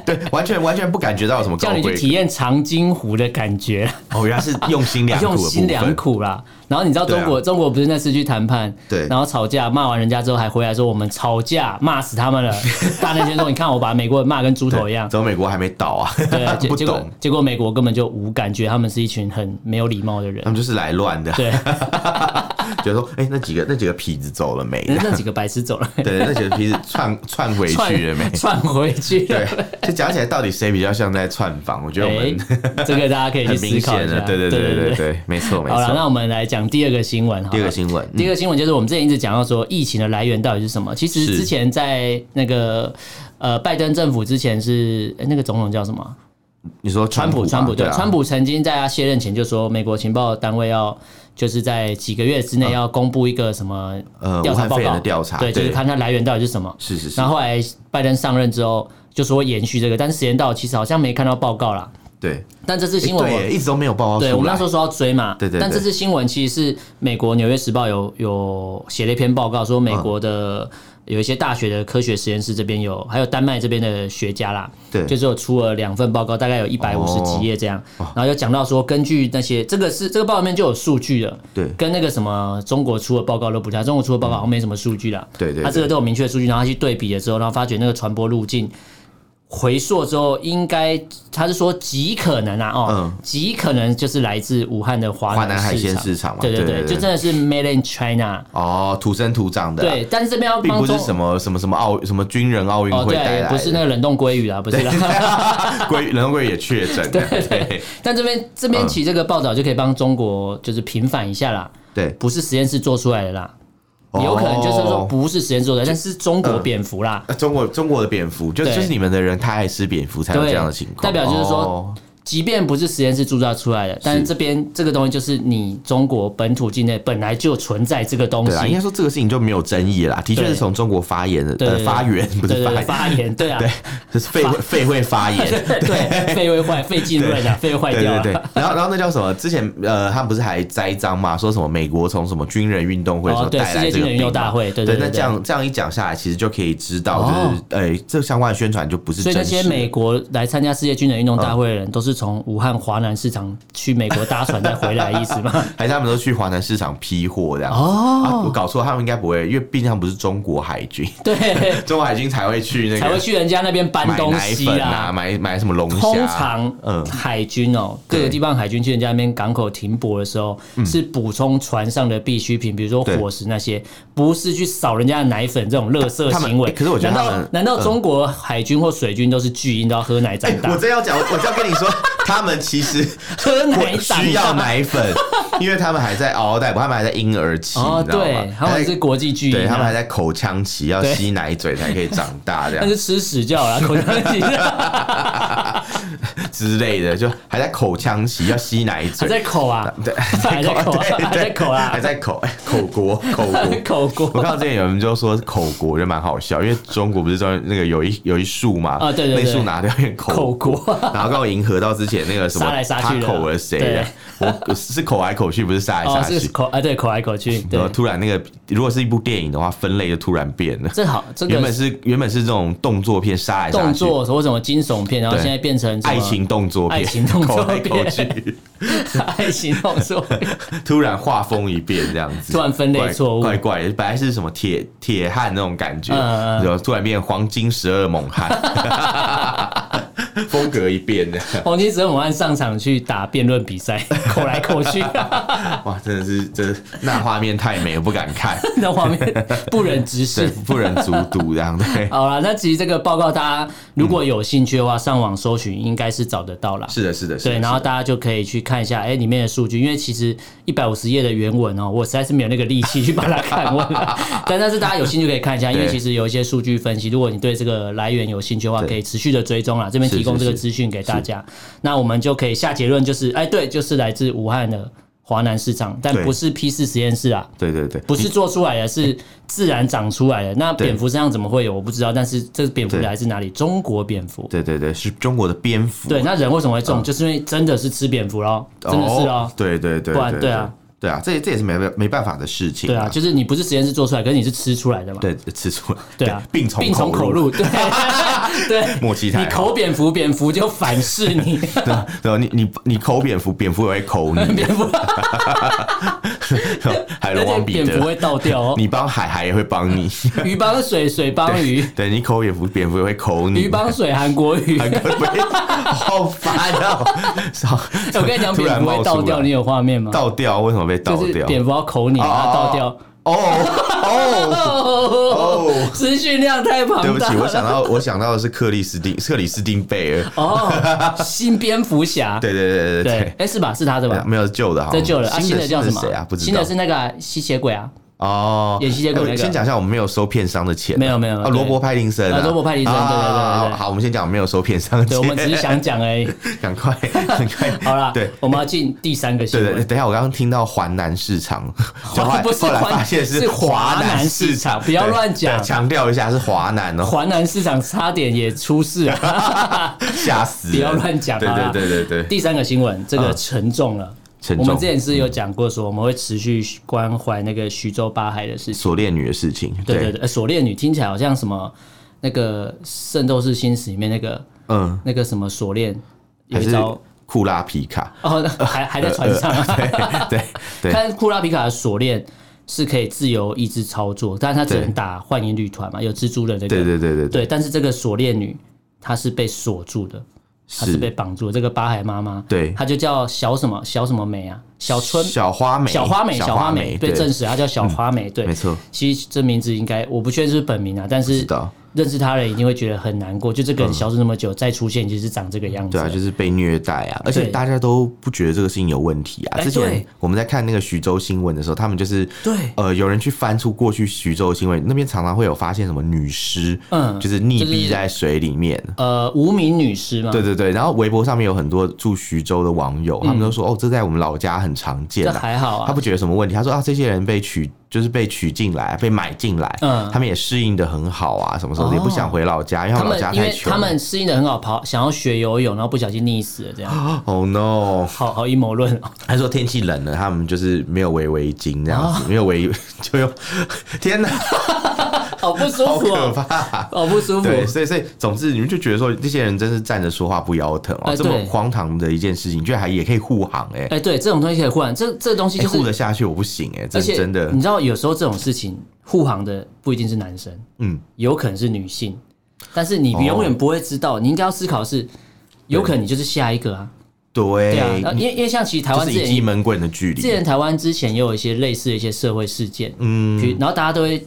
Speaker 1: 对对，完全完全不感觉到有什么高
Speaker 2: 叫你去
Speaker 1: 规
Speaker 2: 体
Speaker 1: 格。
Speaker 2: 验长津湖的感觉，
Speaker 1: 哦，原来是用心良苦的
Speaker 2: 用
Speaker 1: 部
Speaker 2: 心良
Speaker 1: 分。啊
Speaker 2: 苦啦。然后你知道中国中国不是那次去谈判，
Speaker 1: 对
Speaker 2: 然后吵架骂完人家之后还回来说我们吵架骂死 他们了，大内宣说你看我把美国人骂跟猪头一样。
Speaker 1: 怎么美国还没倒啊？
Speaker 2: 对，结
Speaker 1: 不
Speaker 2: 结果
Speaker 1: 懂，
Speaker 2: 结果美国根本就无感觉，他们是一群很没有礼貌 的人
Speaker 1: 他。们就是来乱的。
Speaker 2: 对，
Speaker 1: 觉得说，哎，那几个那几个痞子走了没？
Speaker 2: 那几个白痴走了，
Speaker 1: 对，那几个痞子窜窜 回
Speaker 2: 窜
Speaker 1: 去了没？
Speaker 2: 窜回去哎了
Speaker 1: 对。，就讲起来到底谁比较像在串访？我觉得 我
Speaker 2: 哎
Speaker 1: 们、
Speaker 2: 这个大家可以去
Speaker 1: 很明
Speaker 2: 思考
Speaker 1: 显
Speaker 2: 一下
Speaker 1: 的，。对对
Speaker 2: 对
Speaker 1: 对对
Speaker 2: 对。
Speaker 1: 对，没错没
Speaker 2: 好了，
Speaker 1: 错。
Speaker 2: 那我们来讲第二个新闻。好了
Speaker 1: 第二个新嗯闻，
Speaker 2: 第二个新闻就是我们之前一直讲到说疫情的来源到底是什么。其实
Speaker 1: 是
Speaker 2: 之前在那个呃拜登政府之前是、哎那个总统叫什么？
Speaker 1: 你说
Speaker 2: 川
Speaker 1: 普
Speaker 2: 普，
Speaker 1: 嘛，
Speaker 2: 川普
Speaker 1: 对
Speaker 2: 对，
Speaker 1: 啊，
Speaker 2: 川普曾经在他卸任前就说，美国情报单位要就是在几个月之内要公布一个什么
Speaker 1: 嗯呃
Speaker 2: 调查
Speaker 1: 武汉
Speaker 2: 报
Speaker 1: 肺炎
Speaker 2: 告
Speaker 1: 的调查
Speaker 2: 对，就是
Speaker 1: 对
Speaker 2: 看它来源到底是什么。
Speaker 1: 是是是
Speaker 2: 然，后后来拜登上任之后就说延续这个，但是时间到了，其实好像没看到报告啦。
Speaker 1: 对，
Speaker 2: 但这次
Speaker 1: 诶
Speaker 2: 新闻我
Speaker 1: 对，一直都没有报告哦出来。
Speaker 2: 对，我们那时候说要追嘛，
Speaker 1: 对对对
Speaker 2: 但这次新闻其实是美国《纽约时报有》有写了一篇报告，说美国的、
Speaker 1: 嗯
Speaker 2: 有一些大学的科学实验室这边有，还有丹麦这边的学家啦，
Speaker 1: 对
Speaker 2: 就是有出了两份报告，大概有一百五十几页这样，
Speaker 1: 哦
Speaker 2: 然后就讲到说，根据那些这个是这个报告里面就有数据了，
Speaker 1: 对
Speaker 2: 跟那个什么中国出的报告都不一样，中国出的报告好像没什么数据啦，
Speaker 1: 对对对
Speaker 2: 他这个都有明确的数据，然后他去对比了之后，然后发觉那个传播路径。回溯之后，应该他是说极可能啊，哦，
Speaker 1: 嗯
Speaker 2: 极可能就是来自武汉的华
Speaker 1: 华南海鲜
Speaker 2: 市
Speaker 1: 市场嘛，
Speaker 2: 对
Speaker 1: 对
Speaker 2: 对对，就真的是 Made in China。
Speaker 1: 哦，土生土长的啊，
Speaker 2: 对，但是这边要
Speaker 1: 并
Speaker 2: 帮
Speaker 1: 不
Speaker 2: 中
Speaker 1: 是什么什么什么奥什么军人奥运
Speaker 2: 哦，
Speaker 1: 会带来
Speaker 2: 对，
Speaker 1: 的，
Speaker 2: 不是那个冷冻鲑鱼啊，不是 啦。
Speaker 1: 龟人工龟也确诊了，对
Speaker 2: 但这边这边
Speaker 1: 嗯
Speaker 2: 其实这个报道就可以帮中国就是平反一下啦，
Speaker 1: 对，
Speaker 2: 不是实验室做出来的啦，有可能就是说
Speaker 1: 哦
Speaker 2: 不是实验室做的，但是中国
Speaker 1: 嗯
Speaker 2: 蝙蝠啦。
Speaker 1: 呃中国中国的蝙蝠，就
Speaker 2: 对
Speaker 1: 就是你们的人太爱吃蝙蝠才有
Speaker 2: 对
Speaker 1: 这样的情况，
Speaker 2: 代表就是说
Speaker 1: 哦
Speaker 2: 即便不是实验室铸造出来的，但是这边这个东西就是你中国本土境内本来就存在这个东
Speaker 1: 对啊，应
Speaker 2: 西
Speaker 1: 该，说这个事情就没有争议啦，的确
Speaker 2: 对
Speaker 1: 是从中国发言的，
Speaker 2: 对对
Speaker 1: 呃，
Speaker 2: 对
Speaker 1: 发源不
Speaker 2: 对
Speaker 1: 是
Speaker 2: 对
Speaker 1: 发
Speaker 2: 对，
Speaker 1: 言，
Speaker 2: 发炎，对啊，
Speaker 1: 对，就是肺会肺会发炎，
Speaker 2: 对，肺会坏，肺浸润啊，肺会坏
Speaker 1: 对
Speaker 2: 掉啊。
Speaker 1: 对 对。然后然后那叫什么？之前呃，他们不是还栽赃嘛，说什么美国从什么军人运动会的时
Speaker 2: 哦
Speaker 1: 候，
Speaker 2: 对，
Speaker 1: 带
Speaker 2: 世
Speaker 1: 来
Speaker 2: 界
Speaker 1: 这
Speaker 2: 军
Speaker 1: 个
Speaker 2: 人运动
Speaker 1: 病
Speaker 2: 大
Speaker 1: 嘛
Speaker 2: 会，对对
Speaker 1: 对，
Speaker 2: 对。
Speaker 1: 那
Speaker 2: 对
Speaker 1: 这样这样一讲下来，其实就可以知道，
Speaker 2: 哦
Speaker 1: 就是哎，这相关的宣传就不是
Speaker 2: 所以那
Speaker 1: 真
Speaker 2: 些
Speaker 1: 实的。
Speaker 2: 美国来参加世界军人运动大会的人，都是是从武汉华南市场去美国搭船再回来的意思吗？
Speaker 1: 还是他们都去华南市场批货这样子？
Speaker 2: 哦
Speaker 1: 啊我搞错，他们应该不会，因为毕竟他们不是中国海军，
Speaker 2: 对，
Speaker 1: 中国海军才会去那个
Speaker 2: 才会去人家那边搬
Speaker 1: 买
Speaker 2: 东
Speaker 1: 奶
Speaker 2: 西
Speaker 1: 粉
Speaker 2: 啦
Speaker 1: 啊，。买买什么龙虾。
Speaker 2: 通常，
Speaker 1: 嗯
Speaker 2: 海军哦，各个地方海军去人家那边港口停泊的时候，是补充船上的必需品，比如说
Speaker 1: 对
Speaker 2: 伙食那些，不是去扫人家的奶粉这种垃圾
Speaker 1: 他们
Speaker 2: 行为。
Speaker 1: 欸可是我觉得他
Speaker 2: 难道
Speaker 1: 们嗯
Speaker 2: 难道中国海军或水军都是巨婴，都要喝奶长大
Speaker 1: 哎我？真要讲，我我就要跟你说，他们其实
Speaker 2: 喝奶
Speaker 1: 我
Speaker 2: 长大
Speaker 1: 需要奶粉， 因为他们还在嗷嗷待哺，他们还在婴儿期，
Speaker 2: 哦，
Speaker 1: 你知道
Speaker 2: 对
Speaker 1: 吗，？
Speaker 2: 他们
Speaker 1: 还
Speaker 2: 是
Speaker 1: 在
Speaker 2: 国际巨婴
Speaker 1: 对他们还
Speaker 2: 啊，
Speaker 1: 在口腔期，要
Speaker 2: 对
Speaker 1: 吸奶嘴才可以长大，这
Speaker 2: 那
Speaker 1: 样
Speaker 2: 是吃屎觉 啦，口腔期
Speaker 1: 之类的， 就还在口腔期要吸奶
Speaker 2: 还
Speaker 1: 嘴，
Speaker 2: 在口啊，
Speaker 1: 对，
Speaker 2: 还在口啊， 还在口啊
Speaker 1: 还，在口哎口国口国。
Speaker 2: 口
Speaker 1: 我看
Speaker 2: 锅。
Speaker 1: 到之前有人就说口国就蛮好笑，因为中国不是中那个有一有一树嘛，
Speaker 2: 啊对对对
Speaker 1: 那树拿掉变
Speaker 2: 口
Speaker 1: 口
Speaker 2: 锅，
Speaker 1: 然后刚好迎合到之前那个什么
Speaker 2: 杀来杀去
Speaker 1: 他
Speaker 2: 的啊
Speaker 1: 口了谁的，我 是口来口去，不是杀来
Speaker 2: 哦，
Speaker 1: 杀去
Speaker 2: 是。口啊，对，口来口去，对
Speaker 1: 然后，突然那个，如果是一部电影的话，分类就突然变了。
Speaker 2: 这好，这
Speaker 1: 原
Speaker 2: 个
Speaker 1: 本是原本是这种动作片，杀来杀去
Speaker 2: 动作或什么惊悚片，然后
Speaker 1: 对
Speaker 2: 现在变成什么
Speaker 1: 爱情动作片，
Speaker 2: 爱情动作
Speaker 1: 口来口
Speaker 2: 片
Speaker 1: 去，
Speaker 2: 爱情动作，
Speaker 1: 突然画风一变这样子，
Speaker 2: 突然分类错误
Speaker 1: 怪怪怪的。本来是什么铁铁汉那种感觉，
Speaker 2: 嗯嗯嗯
Speaker 1: 然后突然变黄金十二猛 汉，风格一变的，
Speaker 2: 黄金十二猛汉上场去打辩论 比赛，口来口去，
Speaker 1: 哇，真的是真的那画面太美，我不敢 看，
Speaker 2: 那画面不忍直
Speaker 1: 对，
Speaker 2: 视。
Speaker 1: 不忍卒读这样对。
Speaker 2: 好了，那其实这个报告大家如果有兴趣的话，上网搜寻应该是找得到啦。
Speaker 1: 是的，是的，是的
Speaker 2: 对，然后
Speaker 1: 是的啊
Speaker 2: 大家就可以去看一下，哎、里面的数据，因为其实一百五十页的原文哦、我实在是没有那个力 气去把它看完，但但是大家有兴趣可以看一下，因为
Speaker 1: 对
Speaker 2: 其实有一些数据分析，如果你对这个来源有兴趣的话，
Speaker 1: 对
Speaker 2: 可以持续的追踪啦，这边提供这个
Speaker 1: 是是
Speaker 2: 资讯给大家，那我们就可以下结论，就是，哎、对，就是来自武汉的华南市场，但
Speaker 1: 对嗯
Speaker 2: 不是 P 四实验室啊。
Speaker 1: 对对对，
Speaker 2: 不是做出来的，是自然长出来的。那蝙蝠身上怎么会有？我不知道。但是这蝙蝠
Speaker 1: 对
Speaker 2: 来自哪里？中国蝙蝠。
Speaker 1: 对对对，是中国的蝙蝠，
Speaker 2: 对，那人为什么会
Speaker 1: 嗯
Speaker 2: 中？就是因为真的是吃蝙蝠喽，真的是喽。
Speaker 1: 哦对对对，
Speaker 2: 不然对
Speaker 1: 对
Speaker 2: 啊，
Speaker 1: 对啊，这这也是没没办法的事情，
Speaker 2: 对啊，就是你不是实验室做出来，可是你是吃出来的嘛。
Speaker 1: 对吃出来，
Speaker 2: 对啊，
Speaker 1: 病从
Speaker 2: 病从口入，对对，
Speaker 1: 默契太
Speaker 2: 你
Speaker 1: 好
Speaker 2: 口蝙蝠，蝙蝠就反 噬你，
Speaker 1: 对啊对啊，你你你抠蝙蝠，蝙蝠也会抠 你，
Speaker 2: 蝙蝠，
Speaker 1: 海
Speaker 2: 而
Speaker 1: 龙
Speaker 2: 且
Speaker 1: 王彼
Speaker 2: 蝙蝠
Speaker 1: 得，
Speaker 2: 会倒掉哦。
Speaker 1: 你帮海海也会帮 你，
Speaker 2: 鱼帮水，水帮 鱼，
Speaker 1: 对你抠蝙蝠，蝙蝠也会抠你，
Speaker 2: 鱼帮水，韩国鱼。
Speaker 1: 很可悲， 好烦 哦！操
Speaker 2: 哎我跟你讲，
Speaker 1: 突
Speaker 2: 蝙
Speaker 1: 然
Speaker 2: 蝠
Speaker 1: 冒
Speaker 2: 会
Speaker 1: 出
Speaker 2: 倒掉，
Speaker 1: 来
Speaker 2: 你有画面吗？
Speaker 1: 倒掉，为什么被倒
Speaker 2: 就是
Speaker 1: 掉？
Speaker 2: 蝙蝠要口你，然后倒掉。
Speaker 1: 哦哦，
Speaker 2: 哦，资讯量太庞大
Speaker 1: 对
Speaker 2: 了。
Speaker 1: 不起，我想到我想到的是克里斯汀克里斯汀贝尔，
Speaker 2: 哦，新蝙蝠侠。
Speaker 1: 对对对对
Speaker 2: 对，哎，是吧？是他对吧？
Speaker 1: 没有旧的哈，
Speaker 2: 这旧了啊，新的叫什么？
Speaker 1: 是谁啊？不知道。
Speaker 2: 新的是那个啊吸血鬼啊，
Speaker 1: 哦，
Speaker 2: 演吸血鬼那个
Speaker 1: 哎先讲一下，我们没有收片商的钱啊，
Speaker 2: 没有没有
Speaker 1: 啊
Speaker 2: 对
Speaker 1: 罗伯派丁森啊
Speaker 2: 啊，罗伯派丁森
Speaker 1: 啊
Speaker 2: 对对对对
Speaker 1: 啊
Speaker 2: 对
Speaker 1: 好，我们先讲，我们没有收片商的
Speaker 2: 对，
Speaker 1: 钱，
Speaker 2: 我们只是想讲而已。
Speaker 1: 赶 快赶快，
Speaker 2: 好啦，
Speaker 1: 对。
Speaker 2: 我们要进第三个新
Speaker 1: 对对，对
Speaker 2: 闻。
Speaker 1: 等一下，我刚刚听到华南市 场，就后来
Speaker 2: 哦不是
Speaker 1: 后来
Speaker 2: 华
Speaker 1: 发现
Speaker 2: 是华
Speaker 1: 华
Speaker 2: 南
Speaker 1: 南
Speaker 2: 市场
Speaker 1: 场，
Speaker 2: 不要
Speaker 1: 对
Speaker 2: 乱讲啊
Speaker 1: 对强调一下是华南哦，
Speaker 2: 华南市场差点也出事了。
Speaker 1: 吓死人！
Speaker 2: 不要乱讲
Speaker 1: 对
Speaker 2: 好啦
Speaker 1: 对对对对，
Speaker 2: 第三个新闻，这个
Speaker 1: 嗯
Speaker 2: 沉重了。
Speaker 1: 沉
Speaker 2: 我
Speaker 1: 重
Speaker 2: 们之前是有讲过说，我们会持续关怀那个徐州八海的事情。
Speaker 1: 锁链女的事情，
Speaker 2: 对对对，呃锁链女听起来好像什么那个《圣斗士星矢》里面那个
Speaker 1: 嗯，
Speaker 2: 那个什么锁链有
Speaker 1: 还
Speaker 2: 一
Speaker 1: 是
Speaker 2: 招
Speaker 1: 库拉皮卡，
Speaker 2: 哦，还还在船上。
Speaker 1: 呃 对对对，
Speaker 2: 看库拉皮卡的锁链是可以自由意志操作，但是它只能
Speaker 1: 对
Speaker 2: 打幻音律团嘛，有蜘蛛的那个。
Speaker 1: 对对对对对，
Speaker 2: 对但是这个锁链女她是被锁住的，她啊是
Speaker 1: 是
Speaker 2: 被绑住的。这个八海妈妈，
Speaker 1: 对
Speaker 2: 她就叫小什么小什么美啊，小春。
Speaker 1: 小花美，
Speaker 2: 小花美，小花美，对，
Speaker 1: 对，嗯
Speaker 2: 证实她叫小花美，对，
Speaker 1: 没错。
Speaker 2: 其实这名字应该我不确定是不是本名啊，但是
Speaker 1: 知道嗯
Speaker 2: 认识他人一定会觉得很难过，就这个人消失那么久，再出现其实是长这个样子
Speaker 1: 对
Speaker 2: 了。
Speaker 1: 啊，就是被虐待啊，而且
Speaker 2: 对
Speaker 1: 大家都不觉得这个事情有问题啊。
Speaker 2: 哎
Speaker 1: 之前
Speaker 2: 对
Speaker 1: 我们在看那个徐州新闻的时候，他们就是
Speaker 2: 对
Speaker 1: 呃，有人去翻出过去徐州新闻，那边常常会有发现什么女尸，
Speaker 2: 嗯
Speaker 1: 就是溺
Speaker 2: 就是
Speaker 1: 毙在水里面。
Speaker 2: 呃，无名女尸嘛，
Speaker 1: 对对对，然后微博上面有很多住徐州的网友，他们都说哦，这在我们老家很常见
Speaker 2: 嗯这
Speaker 1: 啊。
Speaker 2: 还好
Speaker 1: 他
Speaker 2: 啊。
Speaker 1: 不觉得什么问题，他说啊，这些人被取就是被取进来，被买进来，
Speaker 2: 嗯
Speaker 1: 他们也适应的很好啊，什么什么的，
Speaker 2: 哦
Speaker 1: 也不想回老家，因为他
Speaker 2: 他
Speaker 1: 们老
Speaker 2: 们
Speaker 1: 家
Speaker 2: 因
Speaker 1: 太
Speaker 2: 为
Speaker 1: 穷了。
Speaker 2: 他们适应的很好，跑想要学游泳，然后不小心溺死了，这样
Speaker 1: Oh no！
Speaker 2: 好好阴谋论哦。
Speaker 1: 他说天气冷了，他
Speaker 2: 啊
Speaker 1: 们就是没有围围巾这样子，没有围就用天哪！
Speaker 2: 好不 舒
Speaker 1: 好
Speaker 2: 服
Speaker 1: 可
Speaker 2: 哦，
Speaker 1: 怕。
Speaker 2: 好不舒服。
Speaker 1: 对，所以所以，总之，你们就觉得说，这些人真是站着说话不腰疼哦，
Speaker 2: 哎
Speaker 1: 这么
Speaker 2: 对
Speaker 1: 荒唐的一件事情，居然还也可以护航哎、
Speaker 2: 哎，对，这种东西可以互换，这这东西
Speaker 1: 哎
Speaker 2: 就
Speaker 1: 护、
Speaker 2: 是，
Speaker 1: 得下去我不行哎、
Speaker 2: 而
Speaker 1: 真
Speaker 2: 且
Speaker 1: 真的
Speaker 2: 你，知道，有时候这种事情护航的不一定是男生，
Speaker 1: 嗯，
Speaker 2: 有可能是女性，但是你
Speaker 1: 哦
Speaker 2: 永远不会知道，你应该要思考的是，有可能你就是下一个啊，
Speaker 1: 对，
Speaker 2: 对啊，然后因为因为像其实
Speaker 1: 哎
Speaker 2: 台
Speaker 1: 就
Speaker 2: 湾
Speaker 1: 是
Speaker 2: 之
Speaker 1: 一
Speaker 2: 前
Speaker 1: 记闷棍的距
Speaker 2: 之前
Speaker 1: 离，
Speaker 2: 台湾之前也有一些类似的一些社会事件，
Speaker 1: 嗯，
Speaker 2: 比如然后大家都会，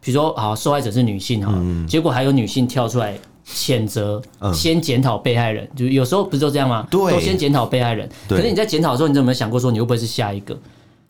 Speaker 2: 比如说好，受害者是女性哈，结果还有女性跳出来谴责，
Speaker 1: 嗯
Speaker 2: 先检讨被害人，就有时候不是都这样吗？
Speaker 1: 对
Speaker 2: 都先检讨被害人。
Speaker 1: 对
Speaker 2: 可是你在检讨的时候，你有没有想过说你会不会是下一个？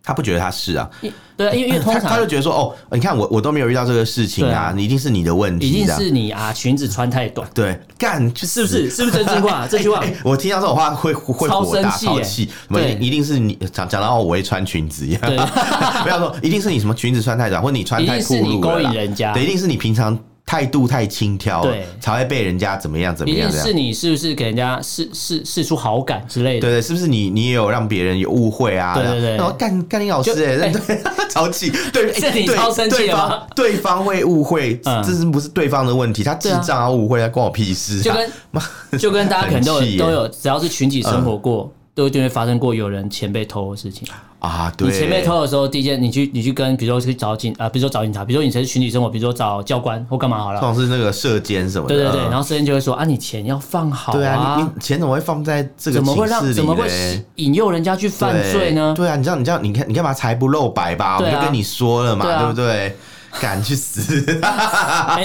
Speaker 1: 他不觉得他是啊，
Speaker 2: 因对啊，因为因为通
Speaker 1: 他他就
Speaker 2: 常
Speaker 1: 觉得说，哦，你看我我都没有遇到这个事情
Speaker 2: 对
Speaker 1: 啊，
Speaker 2: 啊
Speaker 1: 你一定是你的问
Speaker 2: 一
Speaker 1: 题，
Speaker 2: 定
Speaker 1: 这样
Speaker 2: 是你啊，裙子穿太短，
Speaker 1: 对，干去
Speaker 2: 是不是？是不是这句话？这句话
Speaker 1: 哎我听到这种话会会
Speaker 2: 超
Speaker 1: 火大、
Speaker 2: 生气
Speaker 1: 超
Speaker 2: 耶
Speaker 1: 气，什么
Speaker 2: 对
Speaker 1: 一定是你讲讲到我会穿裙子一样，
Speaker 2: 对
Speaker 1: 不要说一定是你什么裙子穿太短，或你穿
Speaker 2: 一
Speaker 1: 太
Speaker 2: 定
Speaker 1: 暴
Speaker 2: 是你
Speaker 1: 露了
Speaker 2: 勾
Speaker 1: 啦
Speaker 2: 引，人家
Speaker 1: 对，，一定是你平常态度太轻佻了
Speaker 2: 对，
Speaker 1: 才会被人家怎么样怎么
Speaker 2: 一
Speaker 1: 样
Speaker 2: 定
Speaker 1: 这样
Speaker 2: 是。你是不是给人家试试试出好感之类的？
Speaker 1: 对对，是不是你你也有让别人有误会啊？
Speaker 2: 对对对
Speaker 1: 然后干干你老师
Speaker 2: 就
Speaker 1: 哎、
Speaker 2: 哎
Speaker 1: 对， 超气， 对，哎
Speaker 2: 这你
Speaker 1: 对
Speaker 2: 超生气
Speaker 1: 对
Speaker 2: 的吗
Speaker 1: 方对方会误会，
Speaker 2: 嗯
Speaker 1: 这是不是对方的问题？他智
Speaker 2: 对啊
Speaker 1: 障啊，误会啊，关我屁事、啊。
Speaker 2: 就跟
Speaker 1: 妈
Speaker 2: 就跟大家可能都
Speaker 1: 很气耶嗯
Speaker 2: 有都有，只要是群体生活过，都一定会发生过有人钱被偷的事情。
Speaker 1: 啊，对，
Speaker 2: 你钱被偷的时候，第一件你去你去跟，比如说去找警啊，比如说找警察，比如说你才是群体生活，比如说找教官或干嘛好了。
Speaker 1: 通常是那个射箭什么的，
Speaker 2: 对对对，
Speaker 1: 嗯
Speaker 2: 然后时间就会说啊，你钱要放好
Speaker 1: 对啊，你
Speaker 2: 啊，
Speaker 1: 你钱怎么会放在这个
Speaker 2: 怎么会
Speaker 1: 寝室
Speaker 2: 让
Speaker 1: 里
Speaker 2: 怎么会
Speaker 1: 嘞
Speaker 2: 引诱人家去犯罪呢？
Speaker 1: 对对啊，你知道，你知道，你看，你干嘛财不露白吧？我
Speaker 2: 对
Speaker 1: 们
Speaker 2: 啊
Speaker 1: 就跟你说了嘛，
Speaker 2: 对啊
Speaker 1: 对不对？敢去死！
Speaker 2: 哎，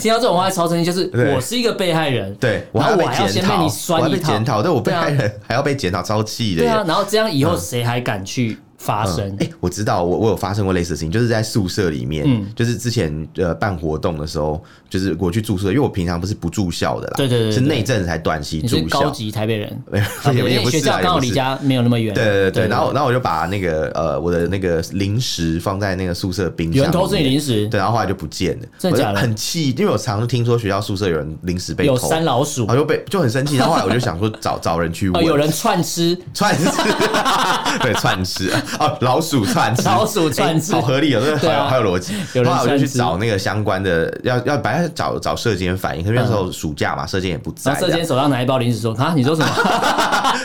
Speaker 2: 听到这种话超生气，就是
Speaker 1: 对
Speaker 2: 我是一个被害人，
Speaker 1: 对，
Speaker 2: 然
Speaker 1: 还
Speaker 2: 后
Speaker 1: 要
Speaker 2: 我还要
Speaker 1: 被检
Speaker 2: 先被
Speaker 1: 讨，
Speaker 2: 你
Speaker 1: 我
Speaker 2: 酸
Speaker 1: 还
Speaker 2: 一
Speaker 1: 被
Speaker 2: 套
Speaker 1: 检，讨，对我被
Speaker 2: 对啊
Speaker 1: 害人还要被检讨，超气的
Speaker 2: 对
Speaker 1: 耶。
Speaker 2: 啊，然后这样以后谁还敢去发声？
Speaker 1: 嗯哎、我知道，我我有发生过类似的事情，就是在宿舍里面，
Speaker 2: 嗯
Speaker 1: 就是之前呃办活动的时候，就是我去住宿舍，因为我平常不是不住校的啦，
Speaker 2: 对对对对
Speaker 1: 是那阵子才短期
Speaker 2: 你是
Speaker 1: 住
Speaker 2: 高
Speaker 1: 校，
Speaker 2: 级台北人，
Speaker 1: 没有
Speaker 2: 啊
Speaker 1: 也
Speaker 2: 因
Speaker 1: 也
Speaker 2: 为
Speaker 1: 不是
Speaker 2: 学
Speaker 1: 啊
Speaker 2: 校
Speaker 1: 也
Speaker 2: 刚好
Speaker 1: 不
Speaker 2: 离
Speaker 1: 是
Speaker 2: 家没有那么远。
Speaker 1: 对对对对，然后然后我就把那个呃我的那个零食放在那个宿舍冰箱里
Speaker 2: 有
Speaker 1: 面，
Speaker 2: 人偷吃你零食，
Speaker 1: 对，然后后来就不见了，
Speaker 2: 真的假的
Speaker 1: 我就很气，因为我常听说学校宿舍有人零食被
Speaker 2: 有
Speaker 1: 偷，
Speaker 2: 三
Speaker 1: 然
Speaker 2: 老鼠，
Speaker 1: 后就被就很生气，然后后来我就想说找找人去
Speaker 2: 呃，
Speaker 1: 问，
Speaker 2: 有人串吃，
Speaker 1: 串吃， 对串吃哦，老鼠串吃，
Speaker 2: 老鼠串吃
Speaker 1: 哎好合理哦，这个
Speaker 2: 对啊
Speaker 1: 好有逻辑。
Speaker 2: 有人
Speaker 1: 后来我就去
Speaker 2: 串吃
Speaker 1: 找那个相关的，要要本来找找社监反映，可是那时候暑假嘛，社监也不在
Speaker 2: 嗯然后，射
Speaker 1: 这样
Speaker 2: 箭手上拿一包零食说：“啊，你说什么？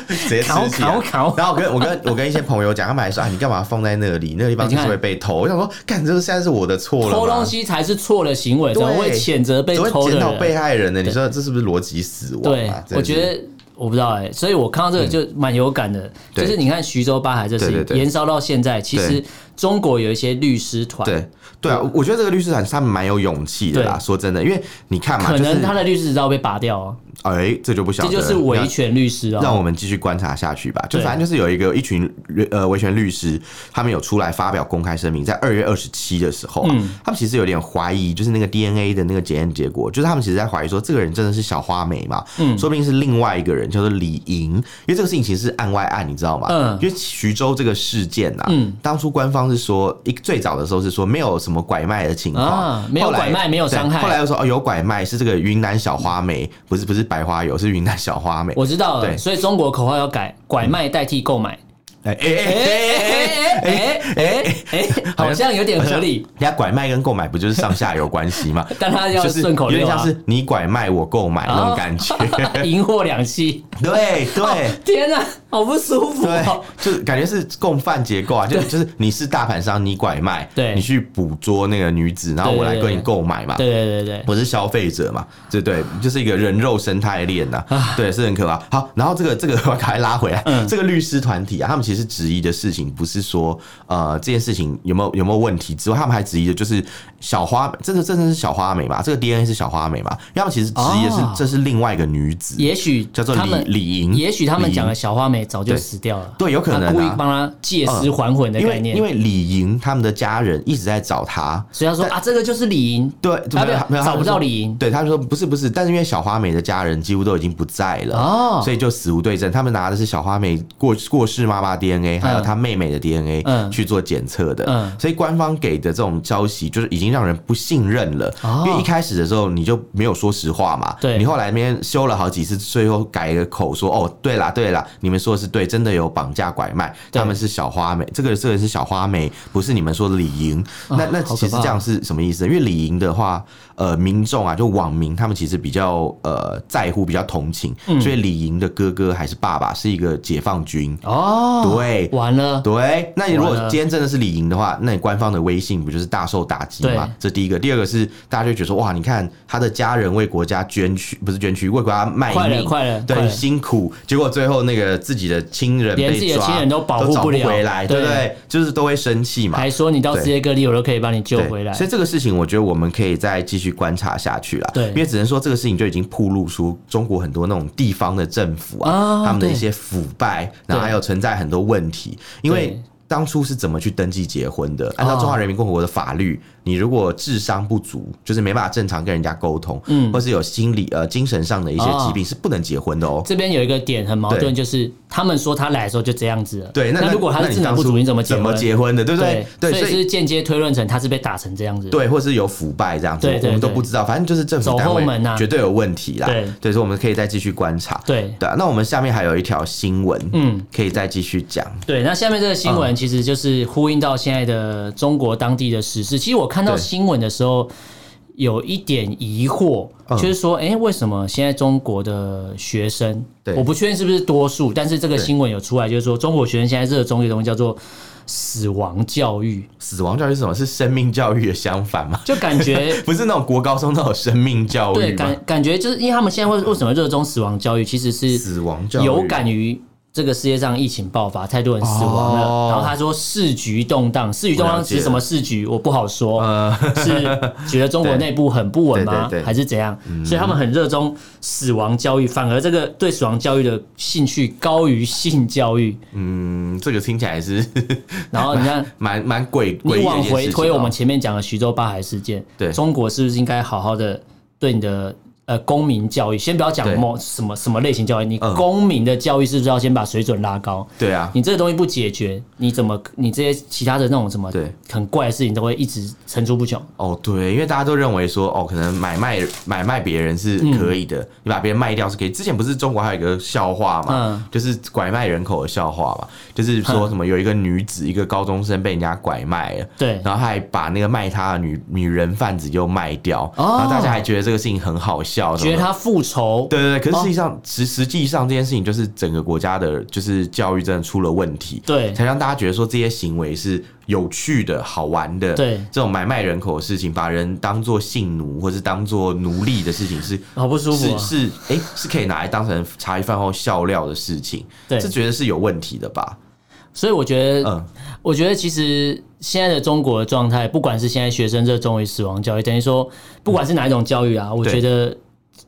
Speaker 1: 直接吃起来
Speaker 2: 烤烤烤
Speaker 1: 然后我跟我跟我跟一些朋友讲，他们还说啊，你干嘛放在那里？那个地方
Speaker 2: 哎
Speaker 1: 就
Speaker 2: 你看
Speaker 1: 是会被偷。我想说，干，这个现在是我的错了嘛。
Speaker 2: 偷东西才是错的行为，怎么会谴责被
Speaker 1: 怎么
Speaker 2: 偷
Speaker 1: 会
Speaker 2: 的
Speaker 1: 检讨被
Speaker 2: 人？
Speaker 1: 害人呢？你说这是不是逻辑死亡
Speaker 2: 对
Speaker 1: 啊？，真
Speaker 2: 我
Speaker 1: 的是
Speaker 2: 觉得我不知道哎、所以我看到这个就蛮有感的。
Speaker 1: 对
Speaker 2: 就是你看徐州八海这事
Speaker 1: 对对
Speaker 2: 情
Speaker 1: 对
Speaker 2: 延烧到现在，其实中国有一些律师团，
Speaker 1: 对对啊，我觉得这个律师团他们蛮有勇气的啦。
Speaker 2: 对
Speaker 1: 说真的，因为你看嘛，
Speaker 2: 可
Speaker 1: 就是
Speaker 2: 能他的律师执照被拔掉哦、
Speaker 1: 哎，这就不晓
Speaker 2: 这
Speaker 1: 得了，
Speaker 2: 就是维权律师哦、
Speaker 1: 让我们继续观察下去吧。就
Speaker 2: 对
Speaker 1: 反正就是有一个一群呃维权律师，他们有出来发表公开声明，在二月二十七的时候、啊，
Speaker 2: 嗯
Speaker 1: 他们其实有点怀疑，就是那个 DNA 的那个检验结果，就是他们其实在怀疑说这个人真的是小花梅嘛，
Speaker 2: 嗯
Speaker 1: 说不定是另外一个人叫做李莹，因为这个事情其实是案外案，你知道吗？
Speaker 2: 嗯
Speaker 1: 因为徐州这个事件呐、啊，当初官方是说一最早的时候是说没有什么拐卖的情况、
Speaker 2: 啊没有
Speaker 1: 后来
Speaker 2: 拐卖没有伤害
Speaker 1: 对后来又说哦有拐卖是这个云南小花梅，不是不是白花油，是云南小花梅。
Speaker 2: 我知道
Speaker 1: 对
Speaker 2: 了，所以中国口号要改，拐卖代替购买。
Speaker 1: 哎哎哎
Speaker 2: 哎哎哎哎哎哎，好像有点合理，
Speaker 1: 人家拐卖跟购买不就是上下游关系吗？
Speaker 2: 但他要
Speaker 1: 就是
Speaker 2: 顺口
Speaker 1: 有点
Speaker 2: 溜
Speaker 1: 像
Speaker 2: 啊，
Speaker 1: 是你拐卖我购买那种感觉。
Speaker 2: 银货两讫。
Speaker 1: 对对
Speaker 2: 哦天哪，好不舒服
Speaker 1: 对
Speaker 2: 哦。，
Speaker 1: 就是感觉是共犯结构啊，就就是你是大盘商，你拐卖，
Speaker 2: 对
Speaker 1: 你去捕捉那个女子，然后我来跟你购买嘛。
Speaker 2: 对对对对，
Speaker 1: 我是消费者嘛，对对，就是一个人肉生态链呐、
Speaker 2: 啊
Speaker 1: 对，是很可怕。好，然后这个这个 我赶快拉回来，
Speaker 2: 嗯
Speaker 1: 这个律师团体啊，他们其实质疑的事情不是说呃这件事情有没有有没有问题之外，他们还质疑的就是小花，这个真的是小花梅嘛？这个 DNA 是小花梅嘛？要么其实质疑的是、
Speaker 2: 哦
Speaker 1: 这是另外一个女子，
Speaker 2: 也许
Speaker 1: 叫做
Speaker 2: 他
Speaker 1: 李
Speaker 2: 们，
Speaker 1: 李莹，
Speaker 2: 也许他们
Speaker 1: 李莹
Speaker 2: 讲的小花梅早就
Speaker 1: 对
Speaker 2: 死掉了，
Speaker 1: 对有可能啊
Speaker 2: 他故意帮他借尸还魂的
Speaker 1: 因
Speaker 2: 概
Speaker 1: 为
Speaker 2: 念，
Speaker 1: 因为李莹他们的家人一直在找她，
Speaker 2: 所以他说啊，这个就是李莹，
Speaker 1: 对，
Speaker 2: 他
Speaker 1: 没有没有
Speaker 2: 啊找
Speaker 1: 他
Speaker 2: 不到
Speaker 1: 就说
Speaker 2: 李莹
Speaker 1: 对，他就说不是不是，但是因为小花梅的家人几乎都已经不在了，
Speaker 2: 哦
Speaker 1: 所以就死无对证。他们拿的是小花梅过过世妈妈 DNA，还有
Speaker 2: 嗯
Speaker 1: 她妹妹的 DNA、
Speaker 2: 嗯
Speaker 1: 去做检测的，
Speaker 2: 嗯
Speaker 1: 所以官方给的这种消息就是已经让人不信任了，
Speaker 2: 哦
Speaker 1: 因为一开始的时候你就没有说实话嘛，
Speaker 2: 对
Speaker 1: 你后来那边修了好几次，最后改个口说哦，对啦对啦，你们说的是对，真的有绑架拐卖，他们是小花梅，这个这个是小花梅，不是你们说的李莹。那那
Speaker 2: 好可
Speaker 1: 其实
Speaker 2: 怕啊
Speaker 1: 这样是什么意思？因为李莹的话，呃，民众啊，就网民，他们其实比较呃在乎，比较同情，
Speaker 2: 嗯
Speaker 1: 所以李莹的哥哥还是爸爸是一个解放军，
Speaker 2: 哦，
Speaker 1: 对。
Speaker 2: 完了，
Speaker 1: 对，那你如果
Speaker 2: 完了
Speaker 1: 今天真的是李莹的话，那你官方的威信不就是大受打击吗
Speaker 2: 对？
Speaker 1: 这第一个，第二个是大家就觉得说，哇，你看他的家人为国家捐躯，不是捐躯，为国家卖
Speaker 2: 快了
Speaker 1: 命，
Speaker 2: 快了快
Speaker 1: 对，
Speaker 2: 了
Speaker 1: 辛苦。结果最后那个自己的亲人
Speaker 2: 连
Speaker 1: 被
Speaker 2: 自己的
Speaker 1: 抓
Speaker 2: 亲人都保护
Speaker 1: 找
Speaker 2: 不
Speaker 1: 不
Speaker 2: 了
Speaker 1: 回来，对不
Speaker 2: 对
Speaker 1: 对？就是都会生气嘛。
Speaker 2: 还说你到世界各地，我都可以把你救
Speaker 1: 对，
Speaker 2: 回来。
Speaker 1: 所以这个事情，我觉得我们可以再继续观察下去啦。
Speaker 2: 对
Speaker 1: 因为只能说这个事情就已经暴露出中国很多那种地方的政府啊，
Speaker 2: 啊
Speaker 1: 他们的
Speaker 2: 对
Speaker 1: 一些腐败，然后还有存在很多问题，因为。当初是怎么去登记结婚的？按照
Speaker 2: 哦
Speaker 1: 中华人民共和国的法律，你如果智商不足，就是没办法正常跟人家沟通，嗯，或是有心理呃精神上的一些
Speaker 2: 哦
Speaker 1: 疾病，是不能结婚的哦。
Speaker 2: 这边有一个点很矛盾，
Speaker 1: 对
Speaker 2: 就是他们说他来的时候就这样子了。
Speaker 1: 对，那
Speaker 2: 那如果他
Speaker 1: 那
Speaker 2: 是
Speaker 1: 你
Speaker 2: 智能
Speaker 1: 当
Speaker 2: 不
Speaker 1: 初
Speaker 2: 足，你怎
Speaker 1: 怎
Speaker 2: 么结
Speaker 1: 么
Speaker 2: 婚？
Speaker 1: 结婚的？对不对？对，
Speaker 2: 所以是间接推论成他是被打成这样子。，
Speaker 1: 对，或是有腐败这样子，
Speaker 2: 对对
Speaker 1: 我们都
Speaker 2: 对
Speaker 1: 不知道。反正就是政
Speaker 2: 走
Speaker 1: 府单
Speaker 2: 后门啊
Speaker 1: 位绝对有问题啦。
Speaker 2: 对
Speaker 1: 所以说我们可以再继续观察。
Speaker 2: 对
Speaker 1: 对啊，那我们下面还有一条新闻，
Speaker 2: 嗯，
Speaker 1: 可以再继续讲。
Speaker 2: 对，那下面这个新
Speaker 1: 嗯
Speaker 2: 闻其实就是呼应到现在的中国当地的时事。其实我看到
Speaker 1: 对
Speaker 2: 新闻的时候，有一点疑惑，
Speaker 1: 嗯
Speaker 2: 就是说，哎、为什么现在中国的学生，
Speaker 1: 对
Speaker 2: 我不确定是不是多数，但是这个
Speaker 1: 对
Speaker 2: 新闻有出来，就是说中国学生现在热衷于一种叫做死亡教育，
Speaker 1: 死亡教育是什么？是生命教育的相反吗？
Speaker 2: 就感觉
Speaker 1: 不是那种国高中那种生命教
Speaker 2: 对
Speaker 1: 育吗？嗯
Speaker 2: 感感觉就是因为他们现在会为什么热衷死亡教育，其实是
Speaker 1: 死亡教育
Speaker 2: 有感于。这个世界上疫情爆发，太多人死亡了。
Speaker 1: 哦
Speaker 2: 然后他说市局动荡，市局动
Speaker 1: 我
Speaker 2: 荡
Speaker 1: 了解了
Speaker 2: 指什么市局？我不好说。
Speaker 1: 呃，
Speaker 2: 是觉得中国内部很不稳吗
Speaker 1: 对对对？对嗯
Speaker 2: 还是怎样？所以他们很热衷死亡教育，反而这个对死亡教育的兴趣高于性教育。
Speaker 1: 嗯，这个听起来是
Speaker 2: 然后你看，
Speaker 1: 蛮蛮诡 诡异的
Speaker 2: 你
Speaker 1: 一件
Speaker 2: 往回
Speaker 1: 事情
Speaker 2: 推，
Speaker 1: 哦
Speaker 2: 我们前面讲的徐州八孩事件，
Speaker 1: 对
Speaker 2: 中国是不是应该好好的对你的呃公民教育，先不要讲
Speaker 1: 对
Speaker 2: 某什么什么类型教育，你
Speaker 1: 嗯
Speaker 2: 公民的教育是不是要先把水准拉高？
Speaker 1: 对啊，
Speaker 2: 你这个东西不解决，你怎么你这些其他的那种什么
Speaker 1: 对
Speaker 2: 很怪的事情都会一直层出不穷。
Speaker 1: 哦，对，因为大家都认为说，哦，可能买卖买卖别人是
Speaker 2: 嗯
Speaker 1: 可以的，你把别人卖掉是可以。之前不是中国还有一个笑话嘛，
Speaker 2: 嗯
Speaker 1: 就是拐卖人口的笑话嘛，就是说
Speaker 2: 嗯
Speaker 1: 什么有一个女子，一个高中生被人家拐卖了。
Speaker 2: 对，
Speaker 1: 然后还把那个卖她的女女人贩子又卖掉，
Speaker 2: 哦
Speaker 1: 然后大家还觉得这个事情很好笑，什么
Speaker 2: 觉得哦
Speaker 1: 的
Speaker 2: 他复仇
Speaker 1: 对对对，可是实际上、实实际上这件事情就是整个国家的，就是教育真的出了问题，
Speaker 2: 对
Speaker 1: 才让大家觉得说这些行为是有趣的、好玩的，
Speaker 2: 对
Speaker 1: 这种买卖人口的事情，把人当做性奴或是当做奴隶的事情是。
Speaker 2: 好不舒服、
Speaker 1: 是
Speaker 2: 啊。
Speaker 1: 是，哎、是可以拿来当成茶余饭后笑料的事情，
Speaker 2: 对
Speaker 1: 这觉得是有问题的吧？
Speaker 2: 所以我觉得，
Speaker 1: 嗯，
Speaker 2: 我觉得其实现在的中国的状态，不管是现在学生热衷于死亡教育，等于说不管是哪一种教育啊，我觉得，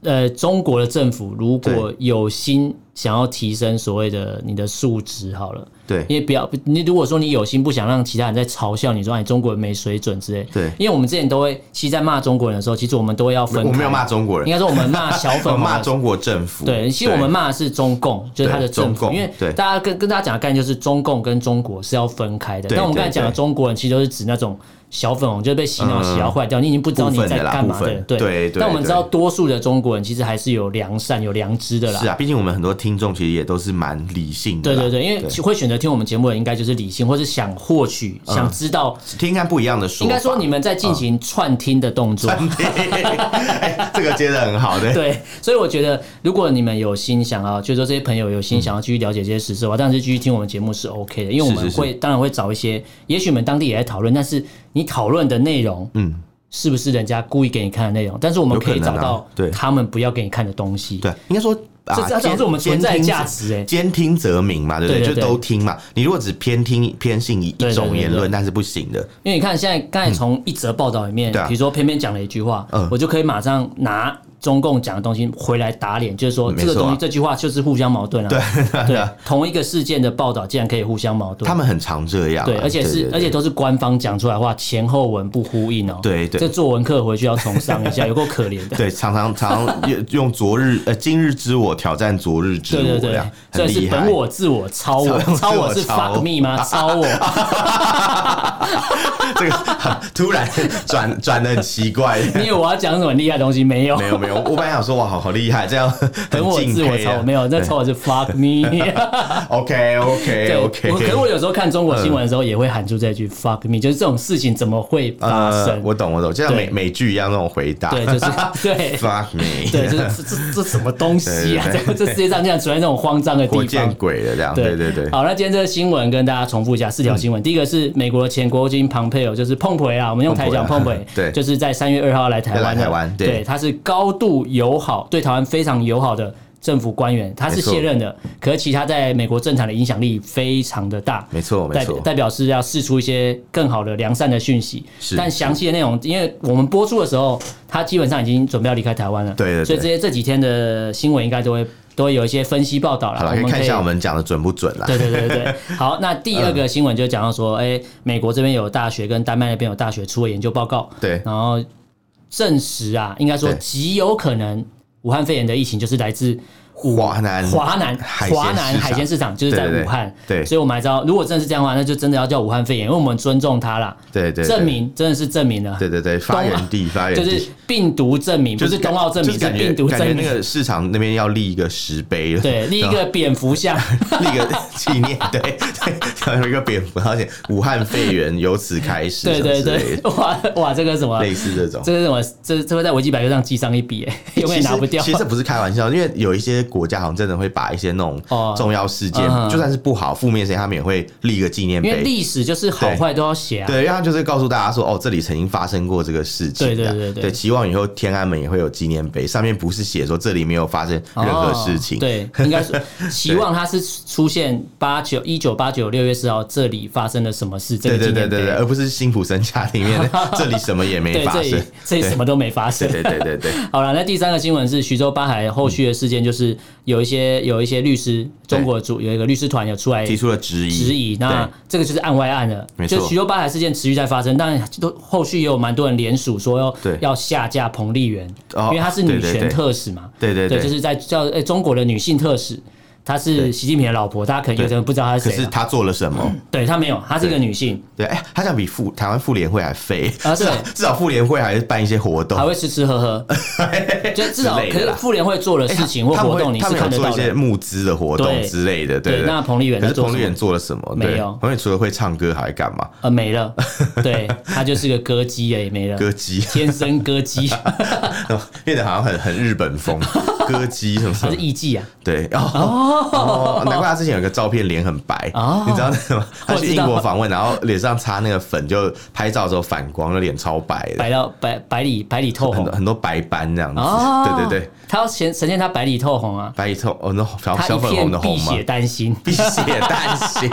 Speaker 2: 呃，中国的政府如果有心想要提升所谓的你的素质，好了。
Speaker 1: 对
Speaker 2: 因为不要你，如果说你有心不想让其他人在嘲笑你说哎中国人没水准之类，
Speaker 1: 对
Speaker 2: 因为我们之前都会，其实在骂中国人的时候，其实我们都要分开，
Speaker 1: 我没有骂中国人
Speaker 2: 应，该 说我们骂小
Speaker 1: 我
Speaker 2: 粉红的时候，
Speaker 1: 骂中国政府。
Speaker 2: 对，其实我们骂的是中共，就是他的
Speaker 1: 对
Speaker 2: 政
Speaker 1: 中
Speaker 2: 府，
Speaker 1: 共
Speaker 2: 因为
Speaker 1: 对
Speaker 2: 大家跟跟大家讲的概念就是中共跟中国是要分开的。
Speaker 1: 对
Speaker 2: 但我们刚才
Speaker 1: 对
Speaker 2: 讲的
Speaker 1: 对
Speaker 2: 中国人，其实都是指那种小粉红，就是被洗脑洗到坏掉，你已经不知道你
Speaker 1: 部分
Speaker 2: 在
Speaker 1: 的啦
Speaker 2: 干嘛
Speaker 1: 部分
Speaker 2: 对
Speaker 1: 对对
Speaker 2: 但我们知道，
Speaker 1: 对
Speaker 2: 多数的中国人其实还是有良善、有良知的啦。
Speaker 1: 是啊，毕竟我们很多听众其实也都是蛮理性的
Speaker 2: 对
Speaker 1: 啦，
Speaker 2: 对对，因为会选择听我们节目的，应该就是理性，或是想获取、
Speaker 1: 嗯
Speaker 2: 想知道。
Speaker 1: 听看不一样的说
Speaker 2: 应
Speaker 1: 法。
Speaker 2: 该说你们在进行串听的动
Speaker 1: 嗯
Speaker 2: 作。
Speaker 1: 哎这个接的很好，对
Speaker 2: 对，所以我觉得，如果你们有心想要，就是说这些朋友有心想要继续了解这些时事的话，当然是继续听我们节目是 OK 的，因为我们
Speaker 1: 是
Speaker 2: 会
Speaker 1: 是是嗯
Speaker 2: 当然会找一些，也许你们当地也在讨论，但是你讨论的内容，嗯，是不是人家故意给你看的内容？但是我们
Speaker 1: 有可
Speaker 2: 可以
Speaker 1: 能
Speaker 2: 找
Speaker 1: 啊
Speaker 2: 到
Speaker 1: 对
Speaker 2: 他们不要给你看的东西，
Speaker 1: 对，啊应该说。啊
Speaker 2: 这这这是我们存在的价值哎
Speaker 1: 兼听则明嘛，对不对？
Speaker 2: 对对
Speaker 1: 就
Speaker 2: 对
Speaker 1: 都听嘛。你如果只偏听偏信一
Speaker 2: 对
Speaker 1: 一种
Speaker 2: 对
Speaker 1: 言
Speaker 2: 对
Speaker 1: 论，那是不行的。
Speaker 2: 因为你看现在刚才从一则报道里面，
Speaker 1: 对啊
Speaker 2: 比如说偏偏讲了一句话
Speaker 1: 嗯，
Speaker 2: 我就可以马上拿中共讲的东西回来打脸，就是说
Speaker 1: 没
Speaker 2: 这
Speaker 1: 错啊
Speaker 2: 个东西这句话就是互相矛盾啊，对对，同一个事件的报道竟然可以互相矛盾
Speaker 1: 他。们很常这样啊，
Speaker 2: 对，而且是
Speaker 1: 对
Speaker 2: 而且都是官方讲出来的话，前后文不呼应哦。
Speaker 1: 对对
Speaker 2: 这作文课回去要重上一下，有够可怜 的。
Speaker 1: 对，常常常常用用昨日呃今日之我挑战昨日之
Speaker 2: 对
Speaker 1: 我，
Speaker 2: 对
Speaker 1: 这
Speaker 2: 对
Speaker 1: 样，
Speaker 2: 所
Speaker 1: 很
Speaker 2: 以是
Speaker 1: 厉
Speaker 2: 本
Speaker 1: 害。
Speaker 2: 我、自我、超我，
Speaker 1: 超我
Speaker 2: 超我是
Speaker 1: 超我
Speaker 2: fuck me 吗？超我，
Speaker 1: 这个 很突然转转的很奇 怪。
Speaker 2: 你以为我要讲什么厉害的东西没有？
Speaker 1: 没有没有，我本来想说哇，好好厉害，这样很
Speaker 2: 等我
Speaker 1: 敬
Speaker 2: 自我
Speaker 1: 佩
Speaker 2: 嘲
Speaker 1: 啊
Speaker 2: 我没有，那嘲我是 fuck me。
Speaker 1: OK
Speaker 2: 对
Speaker 1: OK
Speaker 2: 我可是
Speaker 1: OK。
Speaker 2: 我有时候看中国新闻的时候，也会喊出这句 “fuck me”，就是这种事情怎么会发
Speaker 1: 呃
Speaker 2: 生，？
Speaker 1: 我懂我懂，就像美
Speaker 2: 对
Speaker 1: 美剧一样那种回答。
Speaker 2: 对，就是对
Speaker 1: Fuck me。
Speaker 2: 对，就是这这这什么东西啊？
Speaker 1: 对
Speaker 2: 怎么 这世界上竟然存在这种荒张的地
Speaker 1: 我见
Speaker 2: 方？
Speaker 1: 鬼了这样。对对嗯对。
Speaker 2: 好，那今天这个新闻跟大家重复一下四条新闻。第一个是美国前国务卿庞佩尔，就是碰培啊，我们用台语讲碰
Speaker 1: 蓬佩
Speaker 2: 培
Speaker 1: 尔，对
Speaker 2: 就是在三月二号来台湾的，
Speaker 1: 来台湾对
Speaker 2: 对，他是高度友好，对台湾非常友好的。政府官员，他是
Speaker 1: 没错
Speaker 2: 卸任的，可是其他在美国政坛的影响力非常的大，
Speaker 1: 没错哦没
Speaker 2: 代
Speaker 1: 错。
Speaker 2: 代表是要释出一些更好的良善的讯息，
Speaker 1: 是
Speaker 2: 但详细的内容，因为我们播出的时候，他基本上已经准备要离开台湾了，
Speaker 1: 对对对
Speaker 2: 所以这些这几天的新闻应该都会都会有一些分析报道了，
Speaker 1: 好了，可以看一下我们嗯讲的准不准啦。
Speaker 2: 对对对对 对，好，那第二个新闻就讲到说，哎、美国这边有大学跟丹麦那边有大学出了研究报告，
Speaker 1: 对
Speaker 2: 然后证实啊，应该说
Speaker 1: 对
Speaker 2: 极有可能武汉肺炎的疫情就是来自武
Speaker 1: 华南
Speaker 2: 华南
Speaker 1: 海鲜
Speaker 2: 华南
Speaker 1: 市场
Speaker 2: 海鲜市场，就是在
Speaker 1: 对对对
Speaker 2: 武汉，
Speaker 1: 对
Speaker 2: 所以我们还知道，如果真的是这样的话，那就真的要叫武汉肺炎，因为我们尊重它啦，
Speaker 1: 对对对
Speaker 2: 证明真的是证明了，啊
Speaker 1: 对对对，发源地发源
Speaker 2: 就
Speaker 1: 地。
Speaker 2: 是病毒证明，不是
Speaker 1: 感
Speaker 2: 冬奥证明，
Speaker 1: 就是感觉
Speaker 2: 病毒
Speaker 1: 感觉
Speaker 2: 证
Speaker 1: 那
Speaker 2: 明，
Speaker 1: 个哦市场那边要立一个石碑了，
Speaker 2: 对，立一个蝙蝠像。
Speaker 1: 然后立一 个纪念，对对，然后有一个蝙蝠，而且武汉肺炎由此开始，
Speaker 2: 对对
Speaker 1: 什么之类
Speaker 2: 对
Speaker 1: 的，
Speaker 2: 哇哇，这个什么
Speaker 1: 类似这种。
Speaker 2: 这是什么？这这会在维基百科上记上一笔，哎，永远拿不掉
Speaker 1: 其。实这不是开玩笑，因为有一些国家好像真的会把一些那种
Speaker 2: 哦
Speaker 1: 重要事件，
Speaker 2: 嗯
Speaker 1: 就算是不好、负面事情，他们也会立一个纪念
Speaker 2: 因为
Speaker 1: 碑。
Speaker 2: 历史就是好坏都要写啊。
Speaker 1: 对，因为他就是告诉大家说，哦，这里曾经发生过这个事情。
Speaker 2: 对对
Speaker 1: 这样
Speaker 2: 对对
Speaker 1: 对，期望以后天安门也会有纪念碑，上面不是写说这里没有发生任何事情，
Speaker 2: 哦、对，应该是期望它是出现八九一九八九六月四号这里发生了什么事，这
Speaker 1: 对
Speaker 2: 个
Speaker 1: 对
Speaker 2: 纪
Speaker 1: 对
Speaker 2: 念
Speaker 1: 对对，而
Speaker 2: 碑，
Speaker 1: 不是辛普森家里面 的这里什么也没
Speaker 2: 对，
Speaker 1: 发
Speaker 2: 这
Speaker 1: 生
Speaker 2: 里。这里什么都没发生
Speaker 1: 对。对对对对，
Speaker 2: 好了，那第三个新闻是徐州八海后续的事件，就是有一些有一些律师，中国主有一个律师团有出来
Speaker 1: 提出了质疑，
Speaker 2: 质疑，那这个就是案外案了。
Speaker 1: 没错
Speaker 2: 就徐州八海事件持续在发生，但都后续也有蛮多人联署说要
Speaker 1: 对
Speaker 2: 要下架彭丽媛，
Speaker 1: 哦
Speaker 2: 因为她是女
Speaker 1: 对对
Speaker 2: 权
Speaker 1: 对
Speaker 2: 特使嘛，
Speaker 1: 对对
Speaker 2: 对
Speaker 1: 对，
Speaker 2: 就是在叫、诶中国的女性特使。她是
Speaker 1: 对
Speaker 2: 习近平的老婆，大家可能有的人不知道她是
Speaker 1: 可
Speaker 2: 谁
Speaker 1: 是
Speaker 2: 啊。
Speaker 1: 他做了什么？
Speaker 2: 对她没有，她是一个女性，
Speaker 1: 对，哎，他想比妇台湾妇联会还废
Speaker 2: 啊对
Speaker 1: 至少至少妇联会还是办一些活动
Speaker 2: 还，会吃吃 喝喝，就至少
Speaker 1: 之类
Speaker 2: 可
Speaker 1: 的
Speaker 2: 是
Speaker 1: 啦
Speaker 2: 妇联会做的事情或
Speaker 1: 哎他们
Speaker 2: 活动，
Speaker 1: 会
Speaker 2: 你
Speaker 1: 他
Speaker 2: 是
Speaker 1: 们
Speaker 2: 看
Speaker 1: 有
Speaker 2: 得
Speaker 1: 做
Speaker 2: 到
Speaker 1: 一些
Speaker 2: 的。
Speaker 1: 募资的活动
Speaker 2: 对
Speaker 1: 之类的，
Speaker 2: 对
Speaker 1: 对。
Speaker 2: 那彭丽媛
Speaker 1: 可
Speaker 2: 在
Speaker 1: 是
Speaker 2: 做
Speaker 1: 彭丽
Speaker 2: 什
Speaker 1: 媛
Speaker 2: 么
Speaker 1: 做了什么？
Speaker 2: 没
Speaker 1: 对
Speaker 2: 有
Speaker 1: 彭丽媛除了会唱歌还干嘛？
Speaker 2: 呃，没 了，对，她就是个歌姬哎，没了，
Speaker 1: 歌姬，
Speaker 2: 天生歌 姬，
Speaker 1: 变得好像很很日本 风，歌姬什么什
Speaker 2: 她
Speaker 1: 么
Speaker 2: 是。艺妓啊。
Speaker 1: 对哦，哦难怪他之前有个照片脸很白，
Speaker 2: 哦
Speaker 1: 你知道那个吗？他
Speaker 2: 我
Speaker 1: 去
Speaker 2: 知道
Speaker 1: 英国访问，然后脸上擦那个粉，就拍照的时候反光，那脸超白的，
Speaker 2: 白到白白里白里透
Speaker 1: 很
Speaker 2: 红
Speaker 1: 多很多白斑这样子。
Speaker 2: 哦，
Speaker 1: 对对对，，
Speaker 2: 他要呈呈现他白里透红啊，
Speaker 1: 白一透哦，那小
Speaker 2: 他
Speaker 1: 小
Speaker 2: 一
Speaker 1: 粉红
Speaker 2: 片
Speaker 1: 的
Speaker 2: 碧
Speaker 1: 红吗
Speaker 2: 血？丹心。
Speaker 1: 碧血 丹心，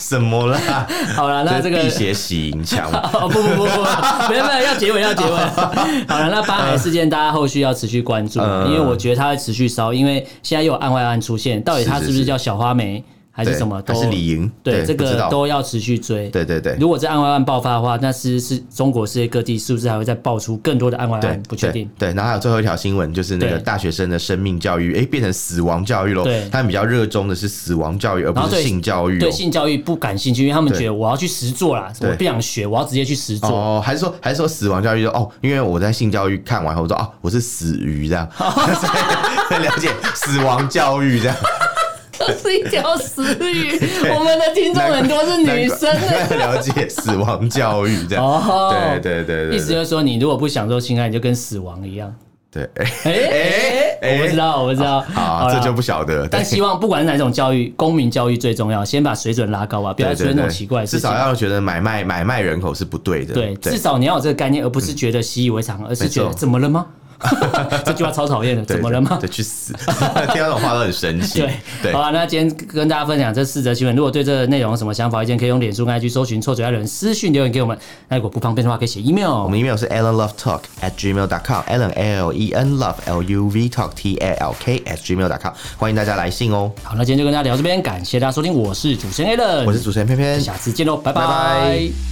Speaker 1: 什么啦？
Speaker 2: 好了， 那这个
Speaker 1: 是辟邪洗银 枪，
Speaker 2: 哦不不不不不， 没有没有，要结尾要结尾。好了，那巴海事件大家后续要持续关注，
Speaker 1: 嗯
Speaker 2: 因为我觉得它会持续烧，因为现在又有案外案出现，到底它
Speaker 1: 是
Speaker 2: 是
Speaker 1: 是
Speaker 2: 不是
Speaker 1: 是
Speaker 2: 叫小花梅还是
Speaker 1: 对
Speaker 2: 什么？都
Speaker 1: 还是李莹
Speaker 2: 对
Speaker 1: 对
Speaker 2: 这
Speaker 1: 不知
Speaker 2: 个
Speaker 1: 道
Speaker 2: 都要持续追。
Speaker 1: 对对对
Speaker 2: 如果这案外案爆发的话，那是是中国世界各地是不是还会再爆出更多的案外
Speaker 1: 对
Speaker 2: 案？，不确定。
Speaker 1: 对。对然后还有最后一条新闻，就是那个
Speaker 2: 对
Speaker 1: 大学生的生命教育，哎，变成死亡教育喽
Speaker 2: 对。
Speaker 1: 他们比较热衷的是死亡教育，而
Speaker 2: 然后
Speaker 1: 不
Speaker 2: 对
Speaker 1: 是性教育。哦
Speaker 2: 对性教育不感兴趣，因为他们
Speaker 1: 对
Speaker 2: 觉得我要去实做啦，我
Speaker 1: 对
Speaker 2: 不想学，我要直接去实做。
Speaker 1: 哦，还是说还是说死亡教育就哦，因为我在性教育看完后我说哦，我是死鱼 这样，所以了解死亡教育 这样。
Speaker 2: 是一条死 鱼。我们的听众很多是女生的。
Speaker 1: 难怪 了解死亡教育这样。
Speaker 2: 哦
Speaker 1: 对对对
Speaker 2: 意
Speaker 1: 对
Speaker 2: 思
Speaker 1: 对
Speaker 2: 就是说，你如果不享受性爱，你就跟死亡 一样。
Speaker 1: 对，哎
Speaker 2: 哎、哎
Speaker 1: 哎
Speaker 2: 我不知道，我不知道。
Speaker 1: 好，
Speaker 2: 啦
Speaker 1: 这就不晓得。
Speaker 2: 但
Speaker 1: 对
Speaker 2: 希望不管是哪种教育，公民教育最重要，先把水准拉高啊，不要再
Speaker 1: 对
Speaker 2: 出现
Speaker 1: 对
Speaker 2: 那种
Speaker 1: 对，
Speaker 2: 奇怪的事
Speaker 1: 至
Speaker 2: 情
Speaker 1: 少。要觉得买卖买卖人口是不对的。
Speaker 2: 对，至少你要有这个概念，而不是觉得习以为常，而是觉得
Speaker 1: 没错
Speaker 2: 怎么了 吗？这句话超讨厌的，
Speaker 1: 对
Speaker 2: 怎么了吗？
Speaker 1: 对，去死！ 听到这种话都很神奇。
Speaker 2: 对
Speaker 1: 对
Speaker 2: 好，啊，那今天跟大家分享这四则新闻。如果对这个内容有什么想法、意见，可以用脸书、跟 IG 搜寻“臭嘴爱人”私讯留言给我们。那如果不方便的话，可以写 email
Speaker 1: 我。们 email 是 allenlovetalk at gmail dot com，allen l e n love l u v talk t a l k at gmail dot com，欢迎大家来信哦。
Speaker 2: 好，那今天就跟大家聊这边，感谢大家收听，我是主持人 a l
Speaker 1: 我是主持人偏偏，
Speaker 2: 下次见喽，拜
Speaker 1: 拜拜
Speaker 2: 拜